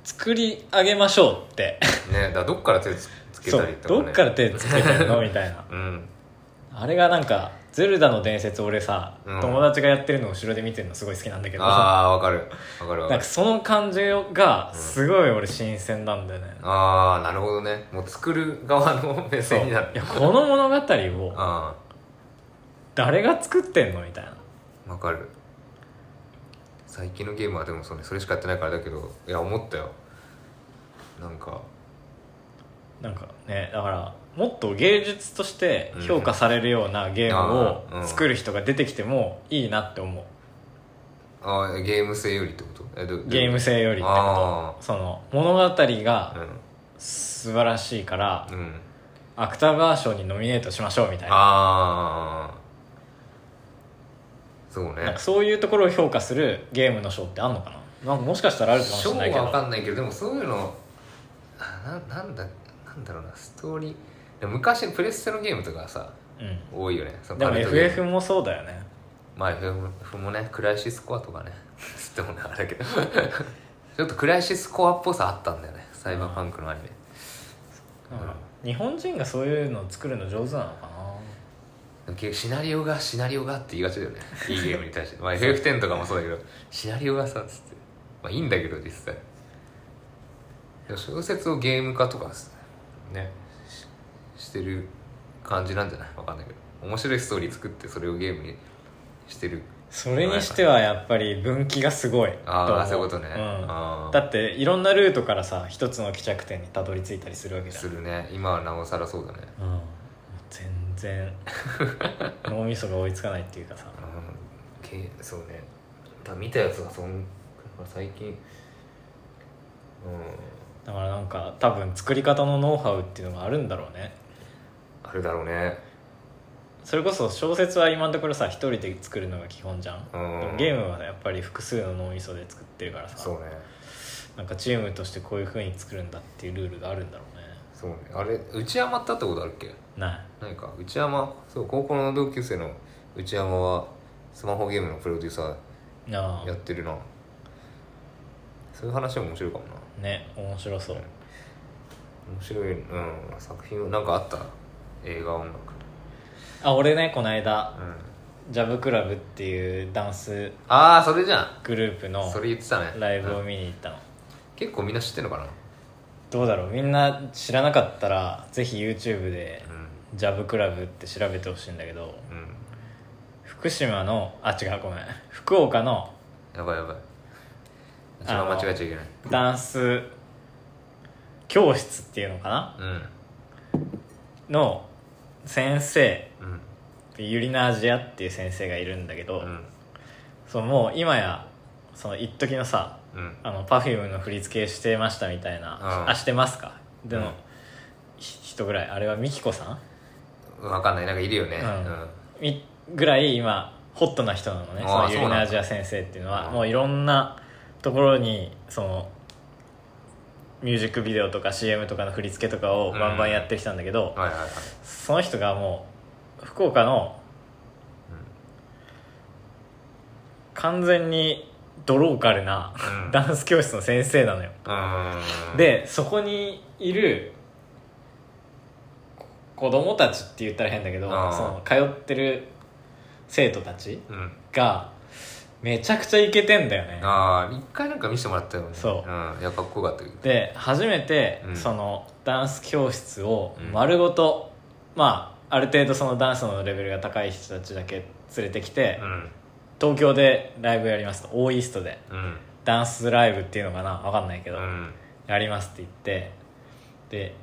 [SPEAKER 2] 作り上げましょうって
[SPEAKER 1] ねだからどっから手つつけ
[SPEAKER 2] そ
[SPEAKER 1] たり
[SPEAKER 2] う
[SPEAKER 1] とか、ね、
[SPEAKER 2] どっから手つけてんのみたいな
[SPEAKER 1] うん
[SPEAKER 2] あれがなんか「ゼルダの伝説」俺さ、
[SPEAKER 1] うん
[SPEAKER 2] 友達がやってるのを後ろで見てるのすごい好きなんだけど
[SPEAKER 1] ああわかるわかるわ
[SPEAKER 2] な
[SPEAKER 1] か
[SPEAKER 2] ん
[SPEAKER 1] る
[SPEAKER 2] かその感じがすごい俺新鮮なんだよね、
[SPEAKER 1] ああなるほどねもう作る側の目
[SPEAKER 2] そう
[SPEAKER 1] 線に
[SPEAKER 2] い
[SPEAKER 1] なる
[SPEAKER 2] やこの物語を
[SPEAKER 1] あ
[SPEAKER 2] 誰が作ってんのみたいな
[SPEAKER 1] あわかる最近のゲームはでもそれそれしかやってないからだけどいや思ったよなんか
[SPEAKER 2] なんかねだからもっと芸術として評価されるようなゲーム
[SPEAKER 1] うんあーう
[SPEAKER 2] を
[SPEAKER 1] ん
[SPEAKER 2] 作る人が出てきてもいいなって思う
[SPEAKER 1] ああゲーム性よりってことえどどういうこと
[SPEAKER 2] ゲーム性よりって
[SPEAKER 1] あ
[SPEAKER 2] ことその物語が
[SPEAKER 1] う
[SPEAKER 2] 素晴らしいから
[SPEAKER 1] ん、うん、
[SPEAKER 2] 芥川賞にノミネートしましょうみたいな
[SPEAKER 1] ああそう
[SPEAKER 2] なん
[SPEAKER 1] ね
[SPEAKER 2] かそういうところを評価するゲームの賞ってあんのかななんかもしかしたらあるかもし
[SPEAKER 1] 賞
[SPEAKER 2] れないけ
[SPEAKER 1] はわ
[SPEAKER 2] ど
[SPEAKER 1] かんないけどでもそういうのあななんだなんだろうなストーリーでも昔プレステのゲームとかさ
[SPEAKER 2] うん
[SPEAKER 1] 多いよねその
[SPEAKER 2] でも
[SPEAKER 1] カルトゲーム
[SPEAKER 2] FF もそうだよね
[SPEAKER 1] まあ FF もねクライシスコアとかね つってもねあれだけど ちょっとクライシスコアっぽさあったんだよねサイバーパンクのアニメ
[SPEAKER 2] だから日本人がそういうのを作るの上手なのか
[SPEAKER 1] でも結局シナリオがシナリオがって言いがちだよねいいゲームに対して、まあ、FF10 とかもそうだけどシナリオがさっつってまあいいんだけど実際でも小説をゲーム化とかすねししてる感じなんじゃないわかんないけど面白いストーリー作ってそれをゲームにしてる
[SPEAKER 2] なそれにしてはやっぱり分岐がすごいと思
[SPEAKER 1] ああそういうことね、
[SPEAKER 2] うん
[SPEAKER 1] あー
[SPEAKER 2] だっていろんなルートからさ一つの帰着点にたどり着いたりするわけじゃん、
[SPEAKER 1] するね今はなおさらそうだね
[SPEAKER 2] うん、もう全 然脳みそが追いつかないっていうかさ
[SPEAKER 1] うんけそうねだ見たやつがそん最近うん
[SPEAKER 2] だからなんか多分作り方のノウハウっていうのがあるんだろうね
[SPEAKER 1] あるだろうね
[SPEAKER 2] それこそ小説は今のところさ一人で作るのが基本じゃん、
[SPEAKER 1] うん
[SPEAKER 2] でもゲームはやっぱり複数の脳みそで作ってるからさ
[SPEAKER 1] そうね
[SPEAKER 2] なんかチームとしてこういう風に作るんだっていうルールがあるんだろうね
[SPEAKER 1] そうねあれ内山って会ったことあるっけ
[SPEAKER 2] ない
[SPEAKER 1] ないか内山そう高校の同級生の内山はスマホゲームのプロデューサ
[SPEAKER 2] な
[SPEAKER 1] ーやっ
[SPEAKER 2] あ
[SPEAKER 1] てるなそういう話も面白いかもな
[SPEAKER 2] ね面白そう
[SPEAKER 1] 面白いうん作品はなんかあった映画音楽
[SPEAKER 2] あ俺ねこの間
[SPEAKER 1] うん
[SPEAKER 2] ジャブクラブっていうダンス
[SPEAKER 1] ああそれじゃん
[SPEAKER 2] グループの
[SPEAKER 1] それ言ってたね
[SPEAKER 2] ライブ
[SPEAKER 1] う
[SPEAKER 2] を
[SPEAKER 1] ん
[SPEAKER 2] 見に行ったの、
[SPEAKER 1] 結構みんな知ってんのかな
[SPEAKER 2] どうだろうみんな知らなかったらぜひ YouTube で「ジャブクラブ」って調べてほしいんだけど
[SPEAKER 1] うんうん
[SPEAKER 2] 福島のあ違うごめん福岡の
[SPEAKER 1] やばいやばい一
[SPEAKER 2] あ
[SPEAKER 1] 番
[SPEAKER 2] の
[SPEAKER 1] 間違えちゃいけない
[SPEAKER 2] ダンス教室っていうのかな
[SPEAKER 1] うん
[SPEAKER 2] の先生
[SPEAKER 1] うん
[SPEAKER 2] ユリナ・アジアっていう先生がいるんだけど、
[SPEAKER 1] うん
[SPEAKER 2] そのもう今やその一時のさ
[SPEAKER 1] うん
[SPEAKER 2] あの Perfume の振り付けしてましたみたいな、
[SPEAKER 1] うん
[SPEAKER 2] あしてますかでの、
[SPEAKER 1] うん
[SPEAKER 2] ひ人ぐらいあれはミキコさん
[SPEAKER 1] 分かんないなんかいるよね
[SPEAKER 2] うんみぐらい今ホットな人なのね
[SPEAKER 1] あー
[SPEAKER 2] そのユ
[SPEAKER 1] そうな
[SPEAKER 2] リ
[SPEAKER 1] んだ
[SPEAKER 2] ナ・アジア先生っていうのは
[SPEAKER 1] うん
[SPEAKER 2] もういろんなところにそのミュージックビデオとか CM とかの振り付けとかを
[SPEAKER 1] うん
[SPEAKER 2] バンバンやってきたんだけど、
[SPEAKER 1] はいはいはい
[SPEAKER 2] その人がもう福岡の完全にドローカルな
[SPEAKER 1] うん
[SPEAKER 2] ダンス教室の先生なのよ、
[SPEAKER 1] うーん
[SPEAKER 2] でそこにいる子供たちって言ったら変だけどそ
[SPEAKER 1] あー
[SPEAKER 2] の通ってる生徒たち
[SPEAKER 1] うん
[SPEAKER 2] がめちゃくちゃイケてんだよね
[SPEAKER 1] ああ一回なんか見せてもらったよね、
[SPEAKER 2] そうん
[SPEAKER 1] いやかっこよかったけど
[SPEAKER 2] で初めて
[SPEAKER 1] うん
[SPEAKER 2] そのダンス教室を
[SPEAKER 1] うん
[SPEAKER 2] 丸ごと、まあある程度そのダンスのレベルが高い人たちだけ連れてきて、
[SPEAKER 1] うん
[SPEAKER 2] 東京でライブやりますとオーイーストで
[SPEAKER 1] うん
[SPEAKER 2] ダンスライブっていうのかな分かんないけ
[SPEAKER 1] う
[SPEAKER 2] ど、
[SPEAKER 1] ん
[SPEAKER 2] やりますって言ってで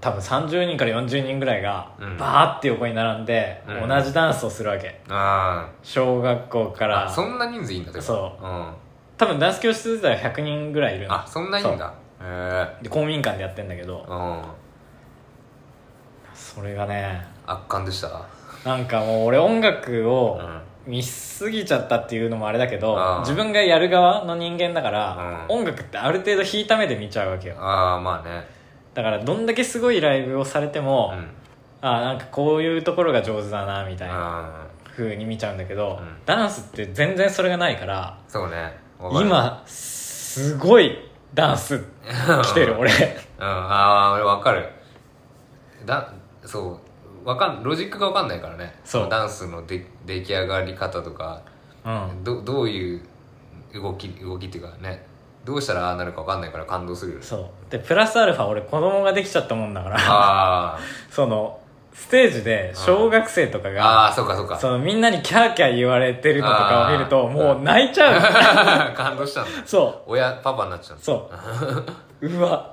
[SPEAKER 2] 多分30人から40人ぐらいが
[SPEAKER 1] うん
[SPEAKER 2] バーって横に並んで、
[SPEAKER 1] うん
[SPEAKER 2] 同じダンスをするわけ
[SPEAKER 1] あ
[SPEAKER 2] 小学校
[SPEAKER 1] ー
[SPEAKER 2] か
[SPEAKER 1] あ
[SPEAKER 2] ら
[SPEAKER 1] そんな人数いいんだでも
[SPEAKER 2] そ
[SPEAKER 1] うん
[SPEAKER 2] 多分ダンス教室自体は100人ぐらいいるの
[SPEAKER 1] あそんないいんだへえ
[SPEAKER 2] で公民館でやってんだけど
[SPEAKER 1] うん
[SPEAKER 2] それがね
[SPEAKER 1] 圧巻でした
[SPEAKER 2] なんかもう俺音楽
[SPEAKER 1] う
[SPEAKER 2] を
[SPEAKER 1] ん
[SPEAKER 2] 見すぎちゃったっていうのもあれだけど、
[SPEAKER 1] あー
[SPEAKER 2] 自分がやる側の人間だから、
[SPEAKER 1] うん
[SPEAKER 2] 音楽ってある程度弾いた目で見ちゃうわけよ
[SPEAKER 1] ああまあね
[SPEAKER 2] だからどんだけすごいライブをされても、
[SPEAKER 1] うん
[SPEAKER 2] あーなんかこういうところが上手だなみたいな
[SPEAKER 1] うん
[SPEAKER 2] 風に見ちゃうんだけど、
[SPEAKER 1] うん
[SPEAKER 2] ダンスって全然それがないから
[SPEAKER 1] そうねわかる
[SPEAKER 2] 今すごいダンス来 てる
[SPEAKER 1] うん
[SPEAKER 2] 俺
[SPEAKER 1] ああ俺わかるだそうわかんロジックがわかんないからね
[SPEAKER 2] そう
[SPEAKER 1] ダンスので出来上がり方とか
[SPEAKER 2] うん
[SPEAKER 1] どどういう動き動きっていうかねどうしたらああなるかわかんないから感動するよね
[SPEAKER 2] そうでプラスアルファ俺子供ができちゃったもんだから
[SPEAKER 1] あ
[SPEAKER 2] そのステージで小学生とか
[SPEAKER 1] ーあ
[SPEAKER 2] が
[SPEAKER 1] あそうかそうか
[SPEAKER 2] そのみんなにキャーキャー言われてるのとかを見ると
[SPEAKER 1] あー
[SPEAKER 2] もう泣い ちゃう
[SPEAKER 1] 感動したんだ
[SPEAKER 2] そ
[SPEAKER 1] 親パパになっちゃう
[SPEAKER 2] うそううわ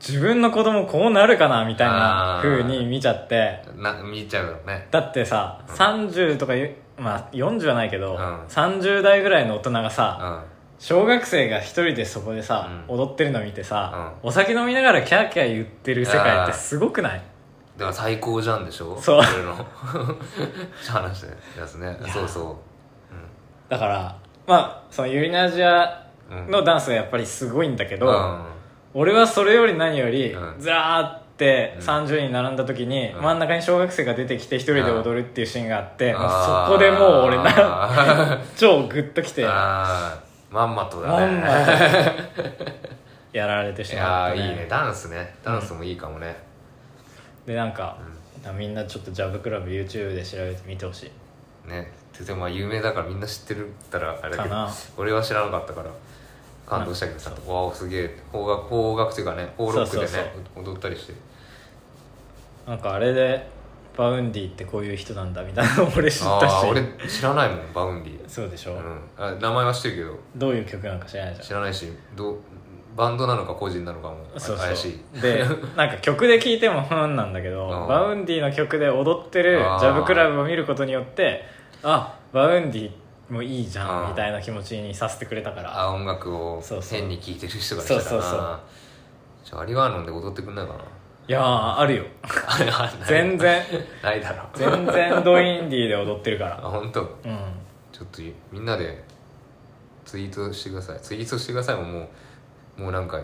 [SPEAKER 2] 自分の子供こうなるかなみたいな風に見ちゃって
[SPEAKER 1] な見ちゃうよね
[SPEAKER 2] だってさ30とかゆまあ40はないけど、
[SPEAKER 1] うん
[SPEAKER 2] 30代ぐらいの大人が
[SPEAKER 1] う
[SPEAKER 2] さ、
[SPEAKER 1] ん
[SPEAKER 2] 小学生が一人でそこでさ、
[SPEAKER 1] う
[SPEAKER 2] 踊ってるの見てさ、
[SPEAKER 1] う
[SPEAKER 2] お酒飲みながらキャーキャー言ってる世界ってすごくない
[SPEAKER 1] だから最高じゃんでしょ
[SPEAKER 2] そう
[SPEAKER 1] 俺の 話してやつね
[SPEAKER 2] いや
[SPEAKER 1] そうそ
[SPEAKER 2] だからまあそのユリナジア
[SPEAKER 1] ううん
[SPEAKER 2] のダンスがやっぱりすごいんだけ
[SPEAKER 1] う
[SPEAKER 2] ど、
[SPEAKER 1] ん
[SPEAKER 2] 俺はそれより何より、
[SPEAKER 1] うん
[SPEAKER 2] ずらーって
[SPEAKER 1] うん
[SPEAKER 2] 30人並んだ時に、
[SPEAKER 1] うん
[SPEAKER 2] 真ん中に小学生が出てきて一人で踊るっていうシーンがあって、もう
[SPEAKER 1] あー
[SPEAKER 2] そこでもう俺な
[SPEAKER 1] あ
[SPEAKER 2] 超グッときて
[SPEAKER 1] ーあーまんまとだ
[SPEAKER 2] ま
[SPEAKER 1] ね
[SPEAKER 2] んまとやられて
[SPEAKER 1] い
[SPEAKER 2] しま
[SPEAKER 1] やー
[SPEAKER 2] って、
[SPEAKER 1] いいねダンスねダンスもいいかもね、
[SPEAKER 2] でなんか、みんなちょっとジャブクラブ YouTube で調べてみてほしい
[SPEAKER 1] ねとてもまあ有名だからみんな知ってるったらあれだけど
[SPEAKER 2] かな
[SPEAKER 1] 俺は知らなかったから感動したけどさわおすげえ邦楽邦楽というかね邦ロックでね
[SPEAKER 2] そうそう
[SPEAKER 1] 踊ったりして
[SPEAKER 2] なんかあれでバウンディってこういう人なんだみたいなの 俺知った
[SPEAKER 1] あ
[SPEAKER 2] し
[SPEAKER 1] あ俺知らないもんバウンディ、
[SPEAKER 2] そうでし
[SPEAKER 1] う
[SPEAKER 2] ょ、
[SPEAKER 1] ん、あ名前は知ってるけど
[SPEAKER 2] どういう曲なんか知らないじゃん
[SPEAKER 1] 知らないしどうバンドなのか個人なのかもあ
[SPEAKER 2] そうそう
[SPEAKER 1] 怪しい
[SPEAKER 2] でなんか曲で聴いてもふーんなんだけど
[SPEAKER 1] あー
[SPEAKER 2] バウンディの曲で踊ってるジ
[SPEAKER 1] あー
[SPEAKER 2] ャブクラブを見ることによってあバウンディもいいじ
[SPEAKER 1] あ
[SPEAKER 2] ゃ
[SPEAKER 1] ー
[SPEAKER 2] んみたいな気持ちにさせてくれたから
[SPEAKER 1] あ音楽を
[SPEAKER 2] そうそう
[SPEAKER 1] 変に聴いてる人がしたらな
[SPEAKER 2] そうそうそう
[SPEAKER 1] じゃあアリワーノンで踊ってくんないかな
[SPEAKER 2] いやーあるよ
[SPEAKER 1] あない
[SPEAKER 2] 全然
[SPEAKER 1] ないだろ
[SPEAKER 2] 全然ドインディーで踊ってるか
[SPEAKER 1] あ
[SPEAKER 2] ら
[SPEAKER 1] 本当。
[SPEAKER 2] うん
[SPEAKER 1] ちょっとみんなでツイートしてくださいツイートしてくださいももうもうなんか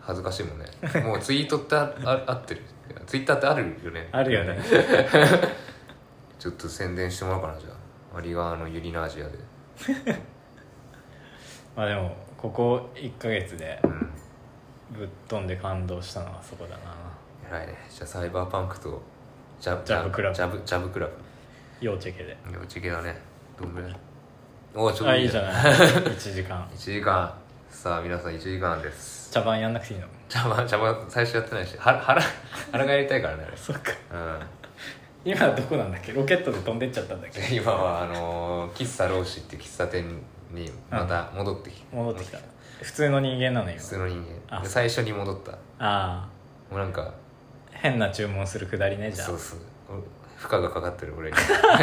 [SPEAKER 1] 恥ずかしいもん ねもうツイートってああ合ってるツイッターってあるよね
[SPEAKER 2] あるよね
[SPEAKER 1] ちょっと宣伝してもらおうかなじゃあアリワーノユリナアジアで
[SPEAKER 2] まあでもここ1ヶ月で
[SPEAKER 1] うん
[SPEAKER 2] ぶっ飛んで感動したのはそこだな
[SPEAKER 1] 偉いねじゃあサイバーパンクとジャ
[SPEAKER 2] ジャブクラブ
[SPEAKER 1] ジャブジャブクラブ
[SPEAKER 2] 要チェケで
[SPEAKER 1] 幼稚系だねどんぐらいおおちょうど
[SPEAKER 2] あ
[SPEAKER 1] い
[SPEAKER 2] い
[SPEAKER 1] い
[SPEAKER 2] いじ
[SPEAKER 1] じ
[SPEAKER 2] ゃ
[SPEAKER 1] ゃん
[SPEAKER 2] ない 1時間
[SPEAKER 1] 1時間さあ皆さん1時間です
[SPEAKER 2] 茶番やんなくていいの
[SPEAKER 1] 邪魔邪魔最初やってないし腹腹腹がやりたいからねあれ
[SPEAKER 2] そっか
[SPEAKER 1] うん
[SPEAKER 2] 今どこなんだっけロケットで飛んでっちゃったんだっけ
[SPEAKER 1] で今はあのー喫茶老子っていう喫茶店にまた戻ってきて、
[SPEAKER 2] 戻ってきた普通の人間なの今
[SPEAKER 1] 普通の人間
[SPEAKER 2] あ
[SPEAKER 1] で最初に戻ったも
[SPEAKER 2] ああ
[SPEAKER 1] うなんか
[SPEAKER 2] 変な注文するくだりねじゃ
[SPEAKER 1] そうそうお負荷がかかってる俺に
[SPEAKER 2] あ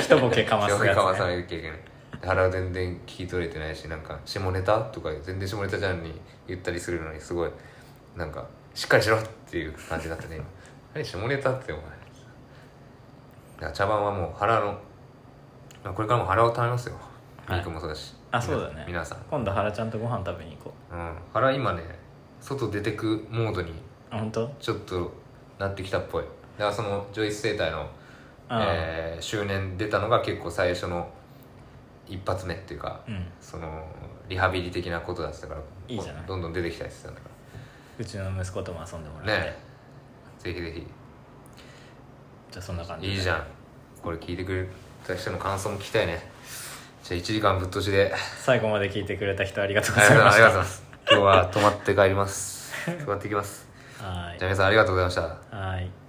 [SPEAKER 2] 一ボ ケかます
[SPEAKER 1] 強
[SPEAKER 2] や
[SPEAKER 1] いかま
[SPEAKER 2] つ、
[SPEAKER 1] さ
[SPEAKER 2] ね、
[SPEAKER 1] なきゃいけない腹全然聞き取れてないしなんか「下ネタ?」とか全然下ネタじゃんに言ったりするのにすごいなんか「しっかりしろ!」っていう感じだったね今あれ下ネタってお前だから茶番はもう腹のまあこれからも腹を食べますよ
[SPEAKER 2] はい
[SPEAKER 1] 肉もそうだし、
[SPEAKER 2] あそうだね
[SPEAKER 1] 皆さん
[SPEAKER 2] 今度原ちゃんとご飯食べに行こ
[SPEAKER 1] うん、腹今ね外出てくモードに
[SPEAKER 2] あ本当
[SPEAKER 1] ちょっとなってきたっぽいだからそのジョイス生態の、
[SPEAKER 2] あ
[SPEAKER 1] えー周年出たのが結構最初の一発目っていうか、
[SPEAKER 2] うん
[SPEAKER 1] そのリハビリ的なことだったから
[SPEAKER 2] いいじゃない
[SPEAKER 1] どんどん出てきたりしてたんだか
[SPEAKER 2] うちの息子とも遊んでもらっ
[SPEAKER 1] ら
[SPEAKER 2] て、
[SPEAKER 1] ねぜひぜ
[SPEAKER 2] じゃあそんな感じ
[SPEAKER 1] ひ
[SPEAKER 2] で
[SPEAKER 1] いいじゃんこれ聞いてくれた人の感想も聞きたいねじゃあ1時間ぶっ通し で
[SPEAKER 2] 最後まで聞いてくれた人ありがとうご
[SPEAKER 1] あ
[SPEAKER 2] ざい
[SPEAKER 1] りが
[SPEAKER 2] ま
[SPEAKER 1] とうご
[SPEAKER 2] し
[SPEAKER 1] ざい
[SPEAKER 2] た
[SPEAKER 1] ます 今日は泊まって帰ります泊まってきます
[SPEAKER 2] は
[SPEAKER 1] じゃあ
[SPEAKER 2] ーい
[SPEAKER 1] 皆さんありがとうございました
[SPEAKER 2] はーい